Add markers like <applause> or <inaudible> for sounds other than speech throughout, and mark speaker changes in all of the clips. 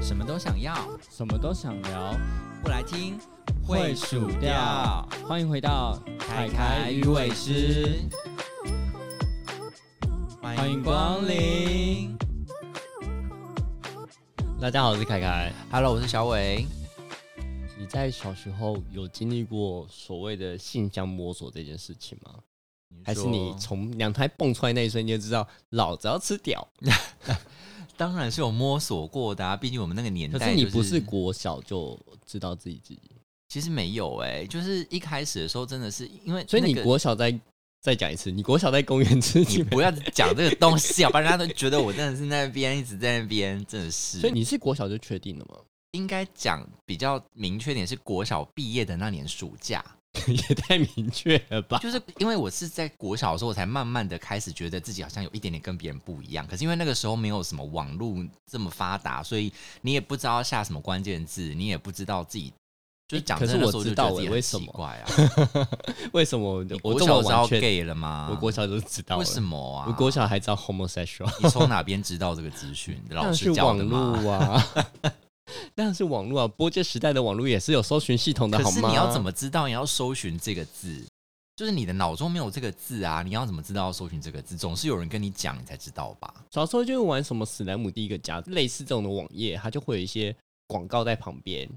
Speaker 1: 什么都想要，
Speaker 2: 什么都想聊，
Speaker 1: 不来听
Speaker 2: 会数掉。欢迎回到凯凯与伟师，欢迎光临。大家好，我是凯凯。
Speaker 1: Hello，我是小伟。
Speaker 2: 你在小时候有经历过所谓的性向摸索这件事情吗？还是你从娘胎蹦出来那一瞬间就知道老子要吃屌？
Speaker 1: 当然是有摸索过的啊，毕竟我们那个年代、
Speaker 2: 可
Speaker 1: 就是
Speaker 2: 你不是国小就知道自己自己，
Speaker 1: 其实没有哎、就是一开始的时候真的是因为、
Speaker 2: 所以你
Speaker 1: 那个
Speaker 2: 国小在再讲一次，你国小在公园吃
Speaker 1: 你
Speaker 2: 鸡，
Speaker 1: 不要讲这个东西啊， <laughs> 不然大家都觉得我真的是那边一直在那边，真的是。
Speaker 2: <laughs> 所以你是国小就确定了吗？
Speaker 1: 应该讲比较明确点是国小毕业的那年暑假，
Speaker 2: <laughs> 也太明确了吧？
Speaker 1: 就是因为我是在国小的时候，我才慢慢的开始觉得自己好像有一点点跟别人不一样。可是因为那个时候没有什么网络这么发达，所以你也不知道下什么关键字，你也不知道自己。就是讲
Speaker 2: 可
Speaker 1: 真的
Speaker 2: 是
Speaker 1: 那
Speaker 2: 我
Speaker 1: 时候
Speaker 2: 知
Speaker 1: 就觉
Speaker 2: 道
Speaker 1: 得自己
Speaker 2: 欸
Speaker 1: 很
Speaker 2: 为什
Speaker 1: 奇
Speaker 2: 么
Speaker 1: 怪
Speaker 2: <laughs>
Speaker 1: 啊！
Speaker 2: <laughs> 为什么
Speaker 1: 你
Speaker 2: 我
Speaker 1: 国
Speaker 2: 这
Speaker 1: 小
Speaker 2: 么
Speaker 1: 知道
Speaker 2: 晚确定？
Speaker 1: gay 了吗？
Speaker 2: 我国小就知道了。
Speaker 1: 为什么啊？
Speaker 2: 我国小还知道 homosexual，
Speaker 1: 你从哪边知道这个资
Speaker 2: <laughs>
Speaker 1: 讯？老
Speaker 2: 那是
Speaker 1: 师教
Speaker 2: 网
Speaker 1: 的吗？
Speaker 2: 络 <laughs> 啊，那是网络啊。波街时代的网络也是有搜寻系统的，
Speaker 1: 可
Speaker 2: 好
Speaker 1: 是
Speaker 2: 吗？
Speaker 1: 你要怎么知道你要搜寻这个字？就是你的脑中没有这个字啊，你要怎么知道要搜寻这个字？总是有人跟你讲，你才知道吧？
Speaker 2: 小时候就会玩什么史莱姆第一个家，类似这种的网页，它就会有一些广告在旁边，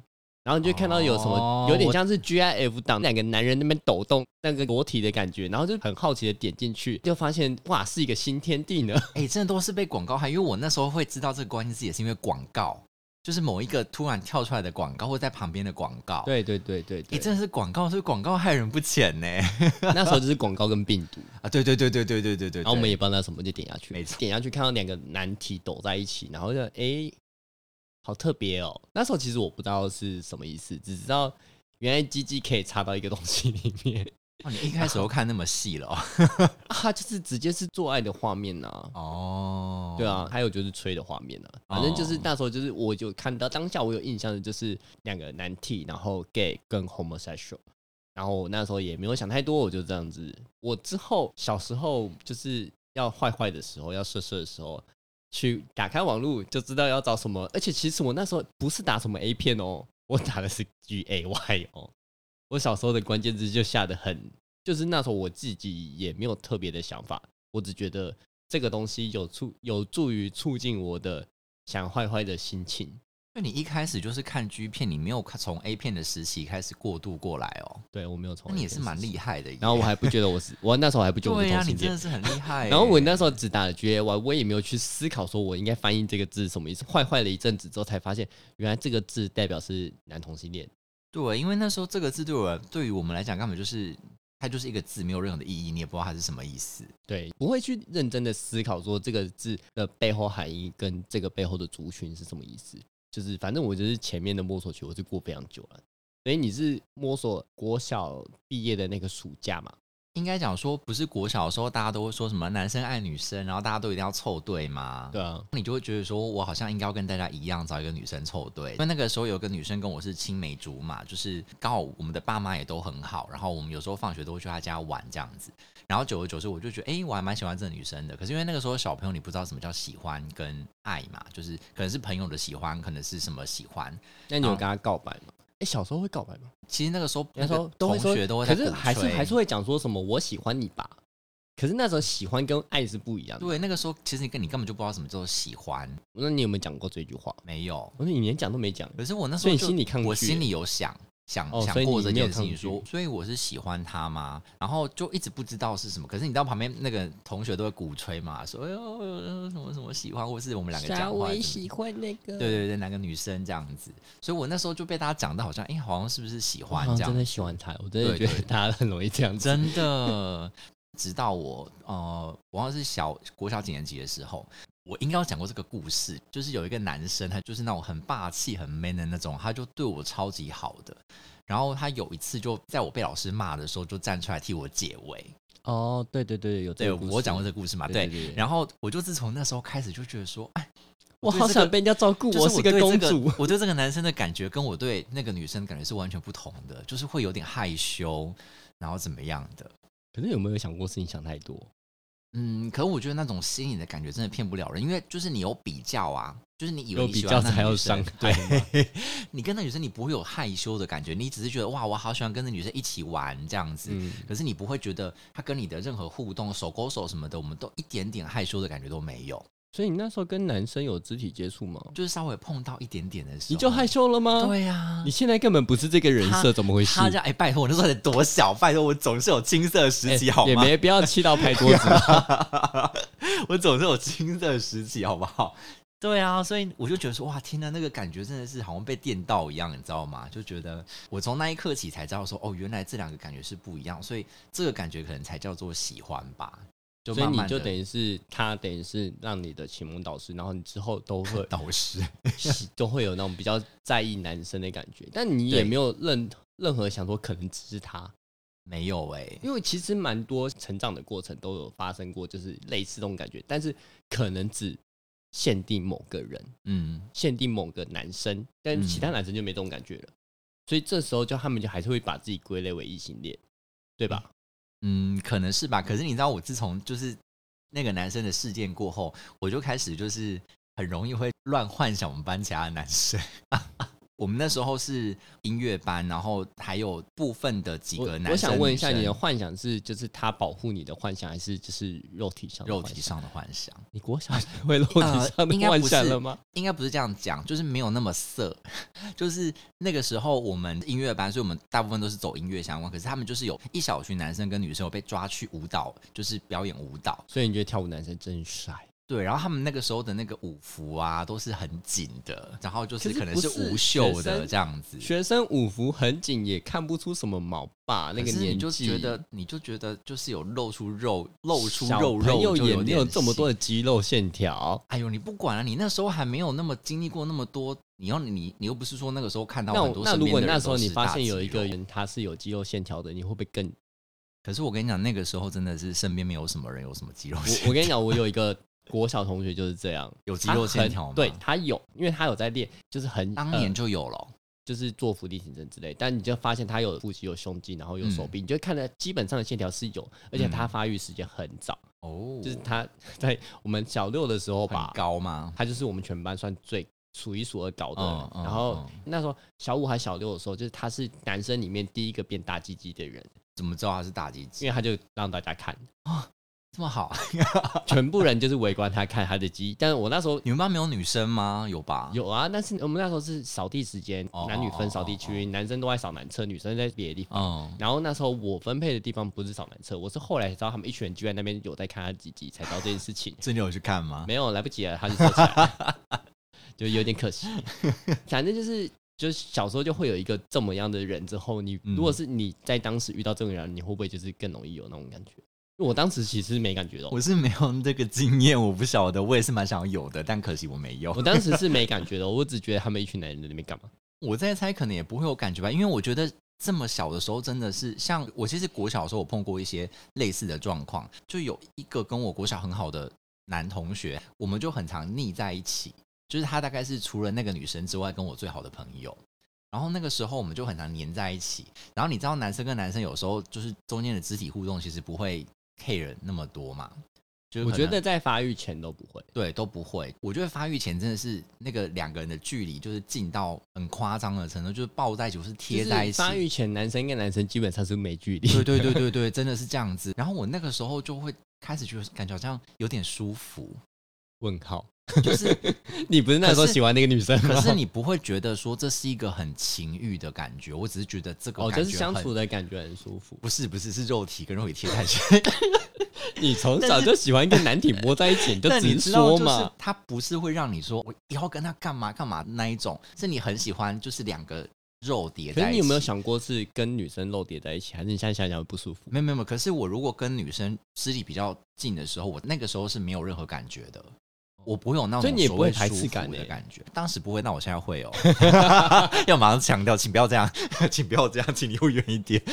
Speaker 2: 然后你就看到有什么，
Speaker 1: 哦
Speaker 2: 有点像是 GIF 档，两个男人那边抖动那个裸体的感觉，然后就很好奇的点进去，就发现哇，是一个新天地呢。
Speaker 1: 哎、真的都是被广告害，因为我那时候会知道这个关键字，也是因为广告，就是某一个突然跳出来的广告，或在旁边的广告。，
Speaker 2: 对对对对
Speaker 1: 哎、
Speaker 2: 对，
Speaker 1: 真的是广告，所以广告害人不浅呢。
Speaker 2: <laughs>
Speaker 1: <laughs>
Speaker 2: 那时候就是广告跟病毒，
Speaker 1: 啊，对对对对对对对对。
Speaker 2: 然后我们也不知道那什么，就点下去，
Speaker 1: 没错
Speaker 2: 点下去看到两个男体抖在一起，然后就哎、诶好特别哦。那时候其实我不知道是什么意思，只知道原来鸡鸡可以插到一个东西里面。 <laughs>
Speaker 1: 哦你一开始都看那么细了哦。 <laughs>
Speaker 2: 啊，它就是直接是做爱的画面啊呐、
Speaker 1: 哦
Speaker 2: 对，啊，还有就是吹的画面呐、反正就是那时候就是我就看到当下我有印象的就是两个男 T，然后 gay 跟 homosexual，然后我那时候也没有想太多，我就这样子。我之后小时候就是要坏坏的时候，要色色的时候。去打开网络就知道要找什么，而且其实我那时候不是打什么 A 片哦，我打的是 G A Y 哦。我小时候的关键字就下的很，就是那时候我自己也没有特别的想法，我只觉得这个东西有促有助于促进我的想坏坏的心情。
Speaker 1: 那你一开始就是看 G 片，你没有看从 A 片的时期开始过渡过来哦。
Speaker 2: 对我没有从，
Speaker 1: 那你也是蛮厉。害的耶。
Speaker 2: 然后我还不觉得我是，我那时候还不觉得我
Speaker 1: 对
Speaker 2: 是
Speaker 1: 呀、
Speaker 2: 同
Speaker 1: 你
Speaker 2: 性
Speaker 1: 真的
Speaker 2: 恋。
Speaker 1: 是哎很厉害耶。
Speaker 2: <laughs> 然后我那时候只打了 G A Y，我也没有去思考说我应该翻译这个字是什么意思。坏坏了一阵子之后，才发现原来这个字代表是男同性恋。
Speaker 1: 对，因为那时候这个字对我对于我们来讲，根本就是它就是一个字，没有任何的意义，你也不知道它是什么意思。
Speaker 2: 对，不会去认真的思考说这个字的背后含义跟这个背后的族群是什么意思。就是反正我就是前面的摸索期，我是过非常久了。所以你是摸索国小毕业的那个暑假嘛？
Speaker 1: 应该讲说，不是国小的时候，大家都会说什么男生爱女生，然后大家都一定要凑对吗？
Speaker 2: 对啊，
Speaker 1: 你就会觉得说，我好像应该要跟大家一样找一个女生凑对，因为那个时候有个女生跟我是青梅竹马，就是刚好我们的爸妈也都很好，然后我们有时候放学都会去她家玩这样子，然后久而久之我就觉得，哎、我还蛮喜欢这个女生的。可是因为那个时候小朋友你不知道什么叫喜欢跟爱嘛，就是可能是朋友的喜欢，可能是什么喜欢。
Speaker 2: 那你有跟他告白吗？哎、小时候会告白吗？
Speaker 1: 其实那个时候
Speaker 2: 那时
Speaker 1: 啊
Speaker 2: 候
Speaker 1: 那个
Speaker 2: 都会
Speaker 1: 同
Speaker 2: 说
Speaker 1: 学都会在
Speaker 2: 可
Speaker 1: 鼓吹，
Speaker 2: 是还是还是会讲说什么我喜欢你吧。可是那时候喜欢跟爱是不一样的。
Speaker 1: 对那个时候，其实你跟你根本就不知道什么叫做喜欢，
Speaker 2: 那你有没有讲过这句话？
Speaker 1: 没有。
Speaker 2: 我说你连讲都没讲，
Speaker 1: 可是我那时
Speaker 2: 所
Speaker 1: 候
Speaker 2: 以你
Speaker 1: 就
Speaker 2: 心里抗拒
Speaker 1: 我
Speaker 2: 欸
Speaker 1: 心里有想想、
Speaker 2: 哦
Speaker 1: 想
Speaker 2: 所以
Speaker 1: 过
Speaker 2: 你
Speaker 1: 这
Speaker 2: 没有
Speaker 1: 件事情
Speaker 2: 抗拒
Speaker 1: 说，所以我是喜欢他吗？然后就一直不知道是什么。可是你知道旁边那个同学都会鼓吹嘛，说哎呦呃什么什么喜欢，或是我们两个讲话怎么
Speaker 2: 欢那个
Speaker 1: 对对对，哪个女生这样子。所以我那时候就被大家讲的好像，哎、好像是不是喜
Speaker 2: 我
Speaker 1: 欢
Speaker 2: 好像
Speaker 1: 这样
Speaker 2: 哦真？的喜欢他，我真的
Speaker 1: 对
Speaker 2: 觉
Speaker 1: 对
Speaker 2: 得他很容易这样子。
Speaker 1: 真的，直到我呃，我好像是小国小几年级的时候，我应该有讲过这个故事，就是有一个男生，他就是那种很霸气、很 man 的那种，他就对我超级好的。然后他有一次就在我被老师骂的时候，就站出来替我解围。
Speaker 2: 哦，对对对，有这
Speaker 1: 对，
Speaker 2: 个故事
Speaker 1: 我讲过这个故事嘛？啊
Speaker 2: 对
Speaker 1: 对。
Speaker 2: 对对
Speaker 1: 然后我就自从那时候开始就觉得说，哎，
Speaker 2: 我
Speaker 1: 对
Speaker 2: 好
Speaker 1: 这
Speaker 2: 想
Speaker 1: 个
Speaker 2: 被人家照顾，
Speaker 1: 就是
Speaker 2: 是
Speaker 1: 我
Speaker 2: 一个
Speaker 1: 对
Speaker 2: 公
Speaker 1: 这个 <laughs>
Speaker 2: 主。
Speaker 1: 我对这个男生的感觉跟我对那个女生的感觉是完全不同的，就是会有点害羞，然后怎么样的。
Speaker 2: 可是有没有想过是你想太多？
Speaker 1: 嗯，可我觉得那种吸引的感觉真的骗不了人，因为就是你有比较啊，就是你以为
Speaker 2: 有
Speaker 1: 你
Speaker 2: 比
Speaker 1: 喜欢
Speaker 2: 较
Speaker 1: 那个
Speaker 2: 才
Speaker 1: 女
Speaker 2: 有
Speaker 1: 生 <laughs>
Speaker 2: 伤害
Speaker 1: 对，你跟那女生你不会有害羞的感觉，你只是觉得哇，我好喜欢跟那女生一起玩这样子。
Speaker 2: 嗯，
Speaker 1: 可是你不会觉得她跟你的任何互动、手勾手什么的，我们都一点点害羞的感觉都没有，
Speaker 2: 所以你那时候跟男生有肢体接触吗？
Speaker 1: 就是稍微碰到一点点的时候，
Speaker 2: 你就害羞了吗？
Speaker 1: 啊对呀、
Speaker 2: 你现在根本不是这个人设，
Speaker 1: 他
Speaker 2: 怎么回事？
Speaker 1: 他这样哎、拜托，我那时候才多小，拜托，我总是有青涩时期，
Speaker 2: 哎
Speaker 1: 好
Speaker 2: 也
Speaker 1: 吗？
Speaker 2: 没必要气到拍
Speaker 1: <laughs>
Speaker 2: 桌子嘛。
Speaker 1: 我总是有青涩时期，好不好？ <laughs> 对啊，所以我就觉得说，哇，天呐，那个感觉真的是好像被电到一样，你知道吗？就觉得我从那一刻起才知道说，哦，原来这两个感觉是不一样，所以这个感觉可能才叫做喜欢吧。就
Speaker 2: 所以
Speaker 1: 慢
Speaker 2: 你
Speaker 1: 慢
Speaker 2: 就
Speaker 1: 的
Speaker 2: 等于是他，等于是让你的启蒙导师，然后你之后都会
Speaker 1: 导师，
Speaker 2: 喜 <laughs> 都会有那种比较在意男生的感觉，但你也
Speaker 1: 对
Speaker 2: 没有任任何想说可能只是他，
Speaker 1: 没有哎、
Speaker 2: 因为其实蛮多成长的过程都有发生过，就是类似这种感觉，但是可能只限定某个人，
Speaker 1: 嗯，
Speaker 2: 限定某个男生，但
Speaker 1: 嗯
Speaker 2: 其他男生就没这种感觉了，所以这时候就他们就还是会把自己归类为异性恋，对吧？
Speaker 1: 嗯，可能是吧。可是你知道，我自从就是那个男生的事件过后，我就开始就是很容易会乱幻想我们班其他的男生。 <laughs> 我们那时候是音乐班，然后还有部分的几
Speaker 2: 我
Speaker 1: 个男生
Speaker 2: 我想问一下，
Speaker 1: 女生
Speaker 2: 你的幻想是就是他保护你的幻想，还是就是肉体上的
Speaker 1: 肉
Speaker 2: 幻
Speaker 1: 体
Speaker 2: 想？
Speaker 1: 上的幻想，
Speaker 2: 你国小就会肉体上 <laughs>
Speaker 1: 呃
Speaker 2: 的
Speaker 1: 应该不
Speaker 2: 幻
Speaker 1: 是
Speaker 2: 想了吗？
Speaker 1: 应该不是这样讲，就是没有那么色。 <laughs> 就是那个时候我们音乐班，所以我们大部分都是走音乐相关，可是他们就是有一小群男生跟女生有被抓去舞蹈，就是表演舞蹈。
Speaker 2: 所以你觉得跳舞男生真帅？
Speaker 1: 对，然后他们那个时候的那个舞服啊，都是很紧的，然后就
Speaker 2: 可
Speaker 1: 是
Speaker 2: 是
Speaker 1: 可能
Speaker 2: 不
Speaker 1: 是
Speaker 2: 是
Speaker 1: 无袖
Speaker 2: 学
Speaker 1: 的
Speaker 2: 生
Speaker 1: 这样子。
Speaker 2: 学生舞服很紧，也看不出什么毛吧。那
Speaker 1: 可
Speaker 2: 个
Speaker 1: 是
Speaker 2: 年纪，
Speaker 1: 你就觉得，你就觉得就是有露出肉，露出
Speaker 2: 小
Speaker 1: 肉
Speaker 2: 朋
Speaker 1: 肉，
Speaker 2: 友
Speaker 1: 就
Speaker 2: 也没有
Speaker 1: 点
Speaker 2: 这么多
Speaker 1: 腥。
Speaker 2: 的肌肉线条。
Speaker 1: 哎呦，你不管了、你那时候还没有那么经历过那么多，你要你你又不是说那个时候看到
Speaker 2: 那
Speaker 1: 很
Speaker 2: 我
Speaker 1: 多
Speaker 2: 那
Speaker 1: 身
Speaker 2: 如
Speaker 1: 边
Speaker 2: 果
Speaker 1: 的人
Speaker 2: 那时候
Speaker 1: 都
Speaker 2: 你
Speaker 1: 是
Speaker 2: 发
Speaker 1: 大
Speaker 2: 现
Speaker 1: 肌
Speaker 2: 有一个
Speaker 1: 肉
Speaker 2: 人他是有肌肉线条的，你会不会
Speaker 1: <laughs>
Speaker 2: 更？
Speaker 1: 可是我跟你讲，那个时候真的是身边没有什么人有什么肌肉线，
Speaker 2: 我我跟你讲，我有一个国小同学就是这样，
Speaker 1: 有肌
Speaker 2: 他
Speaker 1: 肉线
Speaker 2: 很
Speaker 1: 条吗？
Speaker 2: 对，他有，因为他有在练，就是很
Speaker 1: 当
Speaker 2: 呃
Speaker 1: 年就有了。
Speaker 2: 就是做伏地挺身之类，但你就发现他有腹肌、有胸肌，然后有
Speaker 1: 嗯
Speaker 2: 手臂，你就看了基本上的线条是有，而且他发育时间很早，
Speaker 1: 哦，
Speaker 2: 就是他 <laughs> 在我们小六的时候
Speaker 1: 很
Speaker 2: 吧，
Speaker 1: 高吗？
Speaker 2: 他就是我们全班算最数一数二高的人。
Speaker 1: 嗯嗯
Speaker 2: 然后
Speaker 1: 嗯
Speaker 2: 那时候小五还小六的时候，就是他是男生里面第一个变大鸡鸡的人，
Speaker 1: 怎么知道他是大鸡鸡？
Speaker 2: 因为他就让大
Speaker 1: <laughs>
Speaker 2: 家看，
Speaker 1: 这么好，
Speaker 2: 全部人就是围观他看他的鸡。但是我那时候
Speaker 1: 你们班没有女生吗？有吧？
Speaker 2: 有啊，但是我们那时候是扫地时间
Speaker 1: 哦，
Speaker 2: 男女分扫地区，男生都在扫男厕，女生在别的地方。
Speaker 1: 嗯，。
Speaker 2: 然后那时候我分配的地方不是扫男厕，我是后来才知道他们一群人居然那边有在看他几集，才知道这件事情
Speaker 1: 这你有去看吗？
Speaker 2: 没有，来不及了，他就收起来了，
Speaker 1: <laughs>
Speaker 2: 就有点可惜。反正就是，就是小时候就会有一个这么样的人，之后你
Speaker 1: 嗯
Speaker 2: 如果是你在当时遇到这种人，你会不会就是更容易有那种感觉？因为我当时其实没感觉的哦、
Speaker 1: 我是没有这个经验，我不晓得，我也是蛮想有的，但可惜我没有。
Speaker 2: 我当时是没感觉的哦，我只觉得他们一群男人在那边干嘛？
Speaker 1: 我在猜，可能也不会有感觉吧，因为我觉得这么小的时候，真的是像我其实国小的时候，我碰过一些类似的状况，就有一个跟我国小很好的男同学，我们就很常腻在一起，就是他大概是除了那个女生之外，跟我最好的朋友。然后那个时候我们就很常黏在一起，然后你知道男生跟男生有时候就是中间的肢体互动其实不会 care 那么多嘛，就是
Speaker 2: 我
Speaker 1: 可
Speaker 2: 觉
Speaker 1: 能
Speaker 2: 得在发育前都不会。
Speaker 1: 对，都不会。我觉得发育前真的是那个两个人的距离，就是近到很夸张的程度，就是抱在一起，就是
Speaker 2: 就
Speaker 1: 贴
Speaker 2: 是
Speaker 1: 在一起。
Speaker 2: 发育前，男生跟男生基本上是没距离。
Speaker 1: 对对对对对，真的是这样子。然后我那个时候就会开始觉得感觉好像有点舒服，
Speaker 2: 问号，
Speaker 1: 就是
Speaker 2: <laughs> 你不是那时候
Speaker 1: 可是
Speaker 2: 喜欢那个女生吗？
Speaker 1: 可是你不会觉得说这是一个很情欲的感觉，我只是觉得这个
Speaker 2: <laughs> 哦，
Speaker 1: 感觉
Speaker 2: 就是相
Speaker 1: 很
Speaker 2: 处的感觉很舒服。
Speaker 1: 不是不是是肉体跟肉体贴在一起，
Speaker 2: 你从小就喜欢跟男
Speaker 1: <laughs>
Speaker 2: 体摸在一起，你 <laughs> 就
Speaker 1: 但你
Speaker 2: 直
Speaker 1: 知道，
Speaker 2: 说
Speaker 1: 就是
Speaker 2: 嘛。
Speaker 1: 他不是会让你说我以后跟他干嘛干嘛那一种，是你很喜欢，就是两个肉叠
Speaker 2: 可
Speaker 1: 在一
Speaker 2: 是
Speaker 1: 起。
Speaker 2: 你有没有想过是跟女生肉叠在一起，还是你现在想想会不舒服？
Speaker 1: 没有没有，没有可是我如果跟女生肢体比较近的时候，我那个时候是没有任何感觉的，我不会有那
Speaker 2: 所以
Speaker 1: 种
Speaker 2: 你也
Speaker 1: 所
Speaker 2: 不会
Speaker 1: 谓
Speaker 2: 排
Speaker 1: 舒
Speaker 2: 斥
Speaker 1: 服
Speaker 2: 感
Speaker 1: 的
Speaker 2: 欸
Speaker 1: 感觉。当时不会，那我现在
Speaker 2: <laughs>
Speaker 1: 会哦。 <laughs> 要马上强调，请不要这样， <laughs> 请不要这样，请离我远一点。 <laughs>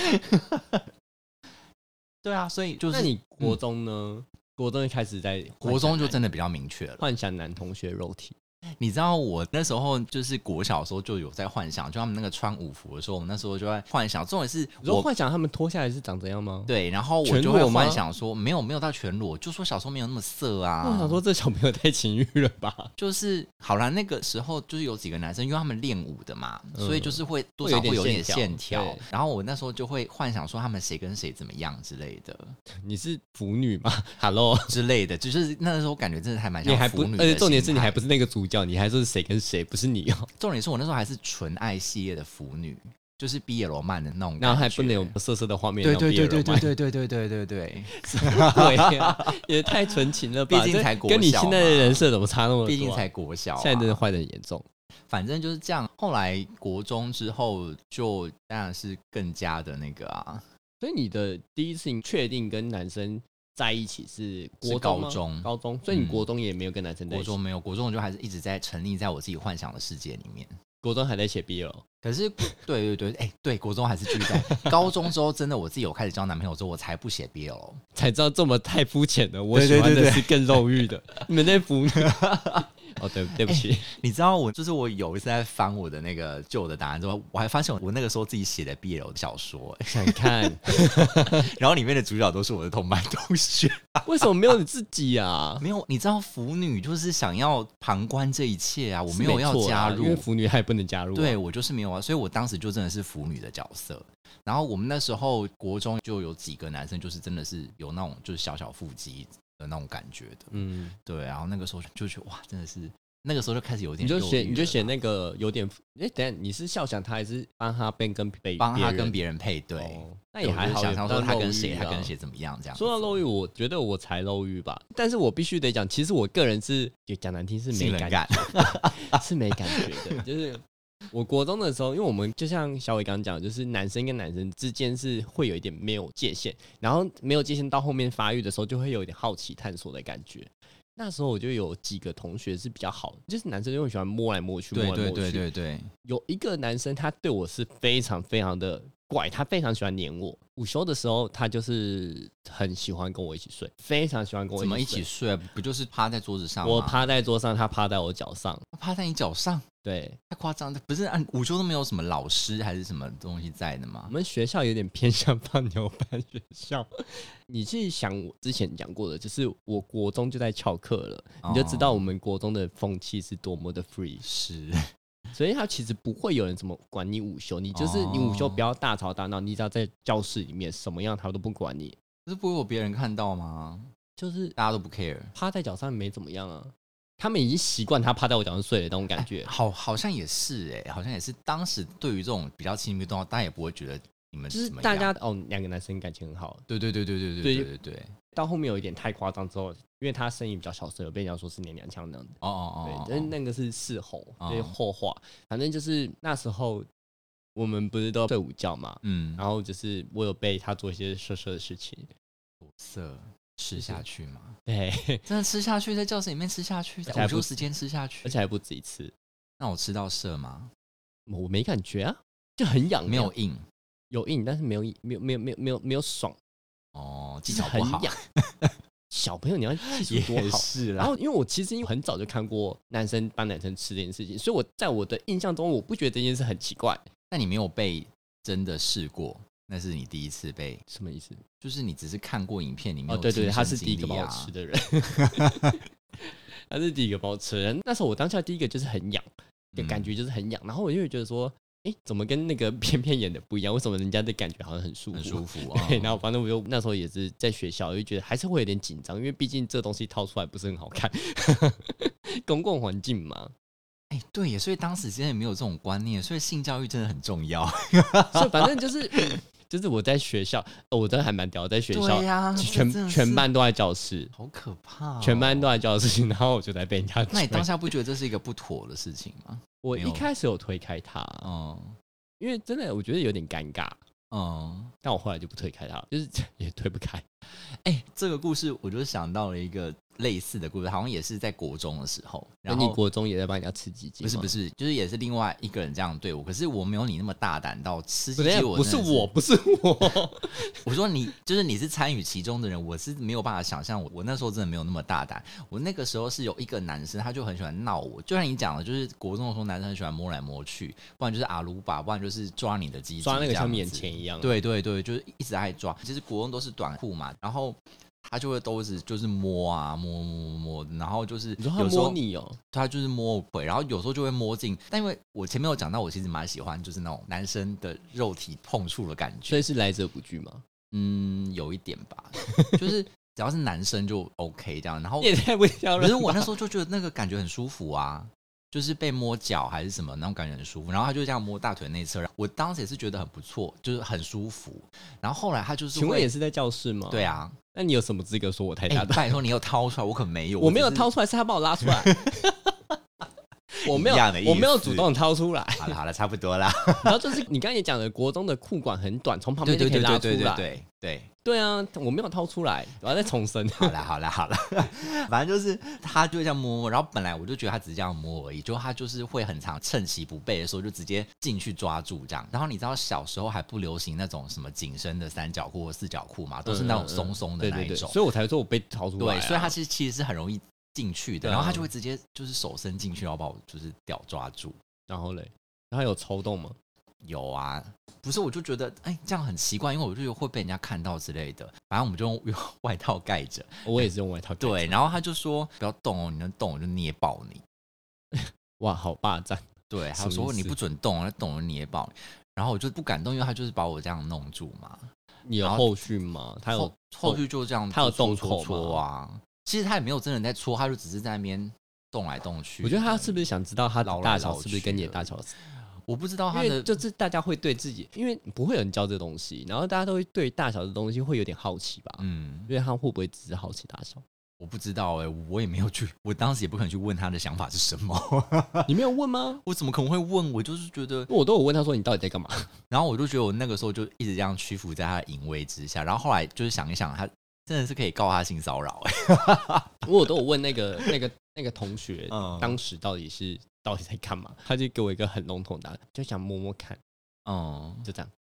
Speaker 1: 对啊，所以就是
Speaker 2: 那你国中呢？国中就开始在
Speaker 1: 国中就真
Speaker 2: 的
Speaker 1: 的比较明确了。
Speaker 2: 幻想男同学肉体，
Speaker 1: 你知道我那时候就是国小的时候就有在幻想，就他们那个穿舞服的时候，我们那时候就在幻想。重点是
Speaker 2: 你说
Speaker 1: 我
Speaker 2: 幻想他们脱下来是长怎样吗？
Speaker 1: 对，然后我
Speaker 2: 全
Speaker 1: 就会
Speaker 2: 裸吗
Speaker 1: 幻想说，没有没有到全裸，就说小时候没有那么色啊。
Speaker 2: 我想说这小朋友太情欲了吧？
Speaker 1: 就是好啦，那个时候就是有几个男生，因为他们练舞的嘛，
Speaker 2: 嗯
Speaker 1: 所以就是会多少
Speaker 2: 会
Speaker 1: 会
Speaker 2: 有
Speaker 1: 有
Speaker 2: 点
Speaker 1: 点
Speaker 2: 线条
Speaker 1: 线条
Speaker 2: 对。
Speaker 1: 然后我那时候就会幻想说他们谁跟谁怎么样之类的
Speaker 2: 你是腐女吗？Hello，
Speaker 1: 之类的，就是那时候感觉真的还蛮
Speaker 2: 你
Speaker 1: 像
Speaker 2: 还不
Speaker 1: 腐女，的
Speaker 2: 而且重点是
Speaker 1: 心
Speaker 2: 你还
Speaker 1: 态
Speaker 2: 不是那个主角，你还说是谁跟谁，不是你哦、
Speaker 1: 重点是我那时候还是纯爱系列的腐女，就是毕业罗曼的那种感觉，
Speaker 2: 然后还不能有色色的画面，
Speaker 1: 对对对对对
Speaker 2: 对，
Speaker 1: 对对对对对对，
Speaker 2: <laughs> 对啊，也太纯情了吧？
Speaker 1: 毕竟
Speaker 2: 这
Speaker 1: 才国
Speaker 2: 跟你
Speaker 1: 小
Speaker 2: 现在的
Speaker 1: 嘛
Speaker 2: 人设怎么差那么多啊？
Speaker 1: 毕竟才国小、啊，
Speaker 2: 现在真的坏的很严重。
Speaker 1: 反正就是这样。后来国中之后，就当然是更加的那个啊，
Speaker 2: 所以你的第一次你确定跟男生在一起是国
Speaker 1: 是
Speaker 2: 中吗
Speaker 1: 高中
Speaker 2: 高中，所以你
Speaker 1: 嗯
Speaker 2: 国中也没有跟男生在一
Speaker 1: 国
Speaker 2: 起，
Speaker 1: 中没有，国中我就还是一直在沉溺在我自己幻想的世界里面。
Speaker 2: 国中还在写 BL，
Speaker 1: 可 <laughs> 是，对对对，哎、对，国中还是继续在。高中之后，真的我自己有开始交男朋友之后，我才不写 BL。
Speaker 2: 才知道这么太肤浅了。我
Speaker 1: 对
Speaker 2: 喜
Speaker 1: 对
Speaker 2: 欢
Speaker 1: 对
Speaker 2: 的
Speaker 1: 对
Speaker 2: 是更肉
Speaker 1: <laughs>
Speaker 2: 欲的，你们在腐女。哦，对，对不起，
Speaker 1: 你知道我就是我有一次在翻我的那个旧的答案之后，我还发现我那个时候自己写的 BL 小说、 <laughs> 哎
Speaker 2: 想看
Speaker 1: 然后里面的主角都是我的同班同学。
Speaker 2: 为什么没有你自己
Speaker 1: <laughs>
Speaker 2: 啊？
Speaker 1: 没有，你知道腐女就是想要旁观这一切 <laughs> 啊，我没有要
Speaker 2: 是错
Speaker 1: 加
Speaker 2: 啦
Speaker 1: 入
Speaker 2: 因为，腐女她也不能加入啊。
Speaker 1: 对我就是没有啊，所以我当时就真的是腐女的角色。然后我们那时候国中就有几个男生，就是真的是有那种就是小小腹肌的那种感觉的，
Speaker 2: 嗯，
Speaker 1: 对。然后那个时候就觉得哇，真的是那个时候就开始有
Speaker 2: 你
Speaker 1: 点
Speaker 2: 就
Speaker 1: 肉
Speaker 2: 写
Speaker 1: 欲
Speaker 2: 你就
Speaker 1: 了
Speaker 2: 写那个有点，哎，等一下你是笑想他还是帮他变跟别
Speaker 1: 帮他跟
Speaker 2: 别
Speaker 1: 别人配对，
Speaker 2: 人哦那
Speaker 1: 那
Speaker 2: 也还好，
Speaker 1: 想象
Speaker 2: 有
Speaker 1: 说
Speaker 2: 当
Speaker 1: 他跟
Speaker 2: 肉
Speaker 1: 谁
Speaker 2: 欲
Speaker 1: 他
Speaker 2: 啊
Speaker 1: 跟谁怎么样这样。
Speaker 2: 说到肉欲，，我觉得我才肉欲吧，但是我必须得讲，其实我个人是也讲难听是没
Speaker 1: 性冷
Speaker 2: 感
Speaker 1: 感，
Speaker 2: <laughs> 是没感觉的， <laughs> 就是我国中的时候，因为我们就像小伟刚刚讲，就是男生跟男生之间是会有一点没有界限，然后没有界限到后面发育的时候，就会有一点好奇探索的感觉。那时候我就有几个同学是比较好的，就是男生就会喜欢摸来摸去，摸
Speaker 1: 对
Speaker 2: 来摸
Speaker 1: 对
Speaker 2: 去。
Speaker 1: 对对对，
Speaker 2: 有一个男生，他对我是非常非常的怪，他非常喜欢黏我。午休的时候，他就是很喜欢跟我一起睡，非常喜欢跟我
Speaker 1: 怎么一起
Speaker 2: 起睡。
Speaker 1: 睡？啊不就是趴在桌子上吗？
Speaker 2: 我趴在桌上，他趴在我脚上。
Speaker 1: 趴在你脚上。
Speaker 2: 对
Speaker 1: 太夸张了，不是按午休都没有什么老师还是什么东西在的
Speaker 2: 我
Speaker 1: 吗？
Speaker 2: 们学校有点偏向放牛班学校。你去想我之前讲过的，就是我国中就在翘课了，你就知道我们国中的风气是多么的 free。 <laughs>
Speaker 1: 是，
Speaker 2: 所以他其实不会有人怎么管你午休，你就是你午休不要大吵大闹，你只要在教室里面什么样他都不管你，
Speaker 1: 可是不会有别人看到吗？
Speaker 2: 就是
Speaker 1: 大家都不 care，
Speaker 2: 趴在脚上没怎么样啊，他们已经习惯他趴在我脚上睡了那种感觉。
Speaker 1: 哎好，好像也是哎、好像也是。当时对于这种比较亲密的动作，大家也不会觉得你们
Speaker 2: 就是
Speaker 1: 怎么样
Speaker 2: 大家哦，两个男生感情很好，
Speaker 1: 对对对对对对对
Speaker 2: 对
Speaker 1: 对对，
Speaker 2: 到后面有一点太夸张之后，因为他声音比较小声，有被人家说是娘娘腔那样的。
Speaker 1: 哦哦哦，
Speaker 2: 对，但是
Speaker 1: 哦
Speaker 2: 那个是事后，
Speaker 1: 哦
Speaker 2: 对后话。反正就是那时候我们不是都睡午觉嘛，
Speaker 1: 嗯，
Speaker 2: 然后就是我有被他做一些色色的事情。
Speaker 1: 色吃下去嘛，
Speaker 2: 对，
Speaker 1: 真的吃下去，在教室里面吃下去，
Speaker 2: 而且还
Speaker 1: 在
Speaker 2: 不
Speaker 1: 午休时间吃下去
Speaker 2: <laughs> 而，且还不止一次，
Speaker 1: 那我吃到色吗？
Speaker 2: 我没感觉啊，就很痒，
Speaker 1: 没有硬
Speaker 2: 有硬，但是没有没有没有没有没有没有爽，
Speaker 1: 哦，技
Speaker 2: 就是
Speaker 1: 巧不
Speaker 2: 很
Speaker 1: 好， <laughs>
Speaker 2: 痒。 <laughs> 小朋友你要技术多好，
Speaker 1: 是
Speaker 2: 然。后，因为我其实因为很早就看过男生帮男生吃这件事情，所以我在我的印象中，我不觉得这件事很奇怪。
Speaker 1: 但你没有被真的试过，那是你第一次被，
Speaker 2: 什么意思？
Speaker 1: 就是你只是看过影片里面、
Speaker 2: 哦，对对，他是
Speaker 1: 啊
Speaker 2: 第一个帮我吃
Speaker 1: 的，
Speaker 2: 的人， <laughs> 他是第一个帮我吃的人。那时候我当下第一个就是很痒，就
Speaker 1: 嗯
Speaker 2: 感觉就是很痒，然后我就会觉得说，哎，怎么跟那个 <laughs> 片片演的不一样？为什么人家的感觉好像很舒服？
Speaker 1: 很舒服啊、
Speaker 2: <laughs> 对，然后反正我就那时候也是在学校，我就觉得还是会有点紧张，因为毕竟这东西掏出来不是很好看， <laughs> 公共环境嘛。
Speaker 1: 哎、对耶，所以当时真的没有这种观念，所以性教育真的很重
Speaker 2: <laughs>
Speaker 1: 要。
Speaker 2: 所以反正就是就是我在学校，呃我真的还蛮屌，在学校、
Speaker 1: 对呀、
Speaker 2: 全
Speaker 1: 这真的是
Speaker 2: 全班都在教室，
Speaker 1: 好可怕哦、
Speaker 2: 全班都在教室，然后我就在被人家
Speaker 1: 那你
Speaker 2: 追
Speaker 1: 当下不觉得这是一个不妥的事情吗？
Speaker 2: 我
Speaker 1: 没
Speaker 2: 一
Speaker 1: 有
Speaker 2: 开始有推开他，
Speaker 1: 嗯
Speaker 2: 因为真的我觉得有点尴尬，
Speaker 1: 嗯，
Speaker 2: <laughs> 但我后来就不推开他了，就是也推不开。
Speaker 1: 哎、这个故事我就想到了一个类似的故事，好像也是在国中的时候，
Speaker 2: 那
Speaker 1: 然
Speaker 2: 哎你
Speaker 1: 后
Speaker 2: 国中也在帮人家吃鸡鸡？
Speaker 1: 不是不
Speaker 2: 是，
Speaker 1: 是，就是也是另外一个人这样对我，可是我没有你那么大胆到吃鸡
Speaker 2: 不是，
Speaker 1: 我
Speaker 2: 不是
Speaker 1: 真的
Speaker 2: 我，不是我，
Speaker 1: 我说你就是你是参与其中的人，我是没有办法想象我，我那时候真的没有那么大胆。我那个时候是有一个男生，他就很喜欢闹我，就像你讲的，就是国中的时候男生很喜欢摸来摸去，不然就是阿鲁巴，不然就是抓你的鸡鸡，
Speaker 2: <laughs> 抓那个像免
Speaker 1: 钱。
Speaker 2: 钱一样。，
Speaker 1: 对对对，就是一直爱抓。其实国中都是短裤嘛，然后他就会都是就是摸啊摸摸摸，摸然后就是
Speaker 2: 你说他
Speaker 1: 有时候
Speaker 2: 摸你哦，
Speaker 1: 他就是摸我腿，然后有时候就会摸进。但因为我前面有讲到，我其实蛮喜欢就是那种男生的肉体碰触的感觉
Speaker 2: 所，以是来者不拒
Speaker 1: <laughs>
Speaker 2: 吗？
Speaker 1: 嗯，有一点吧，就是只要是男生就 OK 这样。然后
Speaker 2: 你也太不挑了。
Speaker 1: 可是我那时候就觉得那个感觉很舒服啊，就是被摸脚还是什么那种感觉很舒服。然后他就这样摸大腿内侧，然后我当时也是觉得很不错，就是很舒服。然后后来他就是
Speaker 2: 请问
Speaker 1: 会
Speaker 2: 也是在教室吗？
Speaker 1: 对，啊，
Speaker 2: 那你有什么资格说我太
Speaker 1: 哎、
Speaker 2: 大胆？
Speaker 1: 拜托你有掏出来， <laughs> 我可没有，
Speaker 2: 我没有
Speaker 1: 只是。
Speaker 2: 掏出来，是他把我拉出
Speaker 1: <laughs>
Speaker 2: 来。我没有
Speaker 1: 一样的意，思
Speaker 2: 我没有主动掏出来。 <laughs>
Speaker 1: 好了好了，差不多啦。
Speaker 2: 然后就是你刚才也讲的，国中的裤管很短，从旁
Speaker 1: 对对
Speaker 2: 边就可以
Speaker 1: 对
Speaker 2: 拉
Speaker 1: 对
Speaker 2: 出
Speaker 1: 对对
Speaker 2: 来。
Speaker 1: 对对。
Speaker 2: 对啊，我没有掏出来，我要再重申。
Speaker 1: 好啦，好啦，好啦，反正就是他就会这样摸摸，然后本来我就觉得他只是这样摸而已，就他就是会很常趁其不备的时候就直接进去抓住这样。然后你知道小时候还不流行那种什么紧身的三角裤或四角裤 <laughs> 嘛，都是那种松松的
Speaker 2: 对
Speaker 1: 那
Speaker 2: 嗯对
Speaker 1: 一
Speaker 2: 对，
Speaker 1: 种，
Speaker 2: 所以我才说我被掏出来啊。
Speaker 1: 对，所以他其实其实是很容易进去的，
Speaker 2: 对啊
Speaker 1: 然后他就会直接就是手伸进去，然后把我就是屌抓住。
Speaker 2: 然后嘞，然后有抽动吗？
Speaker 1: 有啊，不是，我就觉得哎、这样很奇怪，因为我就觉得会被人家看到之类的。反正我们就用用外套盖着，
Speaker 2: 我也是用外套。，
Speaker 1: 对，然后他就说不要动哦，你能动我就捏爆你。
Speaker 2: 哇，好霸占。
Speaker 1: 对，他
Speaker 2: 什么
Speaker 1: 说
Speaker 2: 意
Speaker 1: 你
Speaker 2: 思
Speaker 1: 不准动，那动了捏爆你。然后我就不敢动，因为他就是把我这样弄住嘛。
Speaker 2: 你有
Speaker 1: 然后
Speaker 2: 后续吗？他有
Speaker 1: 后后续就这样，
Speaker 2: 他有
Speaker 1: 动
Speaker 2: 动
Speaker 1: 搓
Speaker 2: 口
Speaker 1: 搓啊。其实他也没有真的在搓，他就只是在那边动来动去。
Speaker 2: 我觉得他是不是想知道他
Speaker 1: 老
Speaker 2: 的
Speaker 1: 来
Speaker 2: 大小
Speaker 1: 老
Speaker 2: 是不是跟你
Speaker 1: 去
Speaker 2: 的大小是？
Speaker 1: 我不知道
Speaker 2: 因
Speaker 1: 哦他
Speaker 2: 为
Speaker 1: 的
Speaker 2: 就是大家会对自己，因为不会有人教这东西，然后大家都会对大小的东西会有点好奇吧？
Speaker 1: 嗯，
Speaker 2: 因为他会不会只是好奇大小？
Speaker 1: 我不知道哎、我也没有去，我当时也不可能去问他的想法是什么， <laughs>
Speaker 2: 你没有问吗？
Speaker 1: 我怎么可能会问？我就是觉得，
Speaker 2: 我都有问他说你到底在干嘛？
Speaker 1: 然后我就觉得我那个时候就一直这样屈服在他的淫威之下，然后后来就是想一想，他真的是可以告他性骚扰哎、
Speaker 2: 我都有问那个那个那个同学，
Speaker 1: 嗯
Speaker 2: 当时到底是到底在干嘛？他就给我一个很笼统的答案，就想摸摸看，
Speaker 1: 嗯，
Speaker 2: 就这样，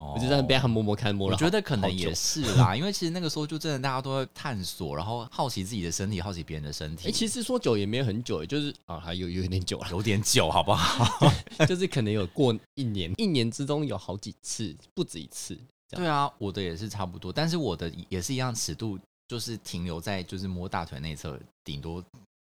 Speaker 1: 我
Speaker 2: 我就这样被他摸摸看，
Speaker 1: 哦
Speaker 2: 摸
Speaker 1: 我
Speaker 2: 了好。
Speaker 1: 觉得可能
Speaker 2: 好久
Speaker 1: 也是啦，因为其实那个时候就真的大家都在探索，然后好奇自己的身体，好奇别人的身体。
Speaker 2: 哎、其实说久也没有很久，就是啊，还有有点久了，
Speaker 1: 有点久，好不好？
Speaker 2: 就是可能有过一年，一年之中有好几次，不止一次。这
Speaker 1: <laughs>
Speaker 2: 样
Speaker 1: 对啊，我的也是差不多，但是我的也是一样尺度，就是停留在就是摸大腿内侧，顶多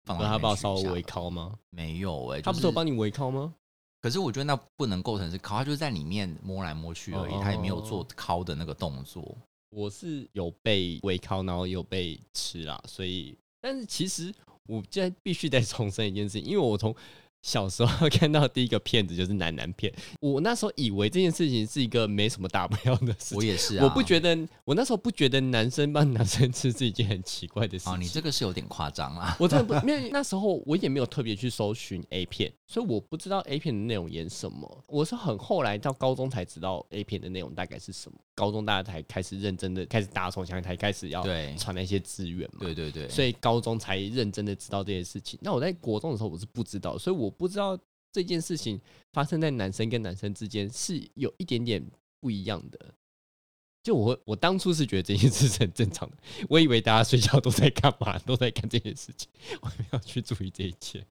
Speaker 1: 放到
Speaker 2: 然后他帮我稍
Speaker 1: 稍
Speaker 2: 微
Speaker 1: 微
Speaker 2: 围敲吗？
Speaker 1: 没有哎、
Speaker 2: 他不是有
Speaker 1: 帮，
Speaker 2: 帮你围敲吗？
Speaker 1: 可是我觉得那不能构成是敲，他就是在里面摸来摸去而已，
Speaker 2: 哦
Speaker 1: 他也没有做敲的那个动作。
Speaker 2: 我是有被围敲，然后有被吃啦，所以，但是其实我现在必须再重申一件事情，因为我从小时候看到第一个片子就是男男片，我那时候以为这件事情是一个没什么大不了的事
Speaker 1: 我
Speaker 2: 情，
Speaker 1: 也是啊，
Speaker 2: 我不觉得，我那时候不觉得男生帮男生吃是一件很奇怪的事情。
Speaker 1: 啊，你这个是有点夸张啦。
Speaker 2: <laughs> 我真的不，
Speaker 1: <laughs>
Speaker 2: 因为那时候我也没有特别去搜寻 A 片，所以我不知道 A 片的内容演什么。我是很后来到高中才知道 A 片的内容大概是什么，高中大家才开始认真的开始打手枪，才开始要
Speaker 1: <laughs> 对
Speaker 2: 传那些资源嘛。
Speaker 1: 对对对，
Speaker 2: 所以高中才认真的知道这些事情。那我在国中的时候我是不知道，所以我不知道这件事情发生在男生跟男生之间是有一点点不一样的。就我会我当初是觉得这件事是很正常的， <laughs> 我以为大家睡觉都在干嘛，都在干这件事情， <laughs> 我没有去注意这一切。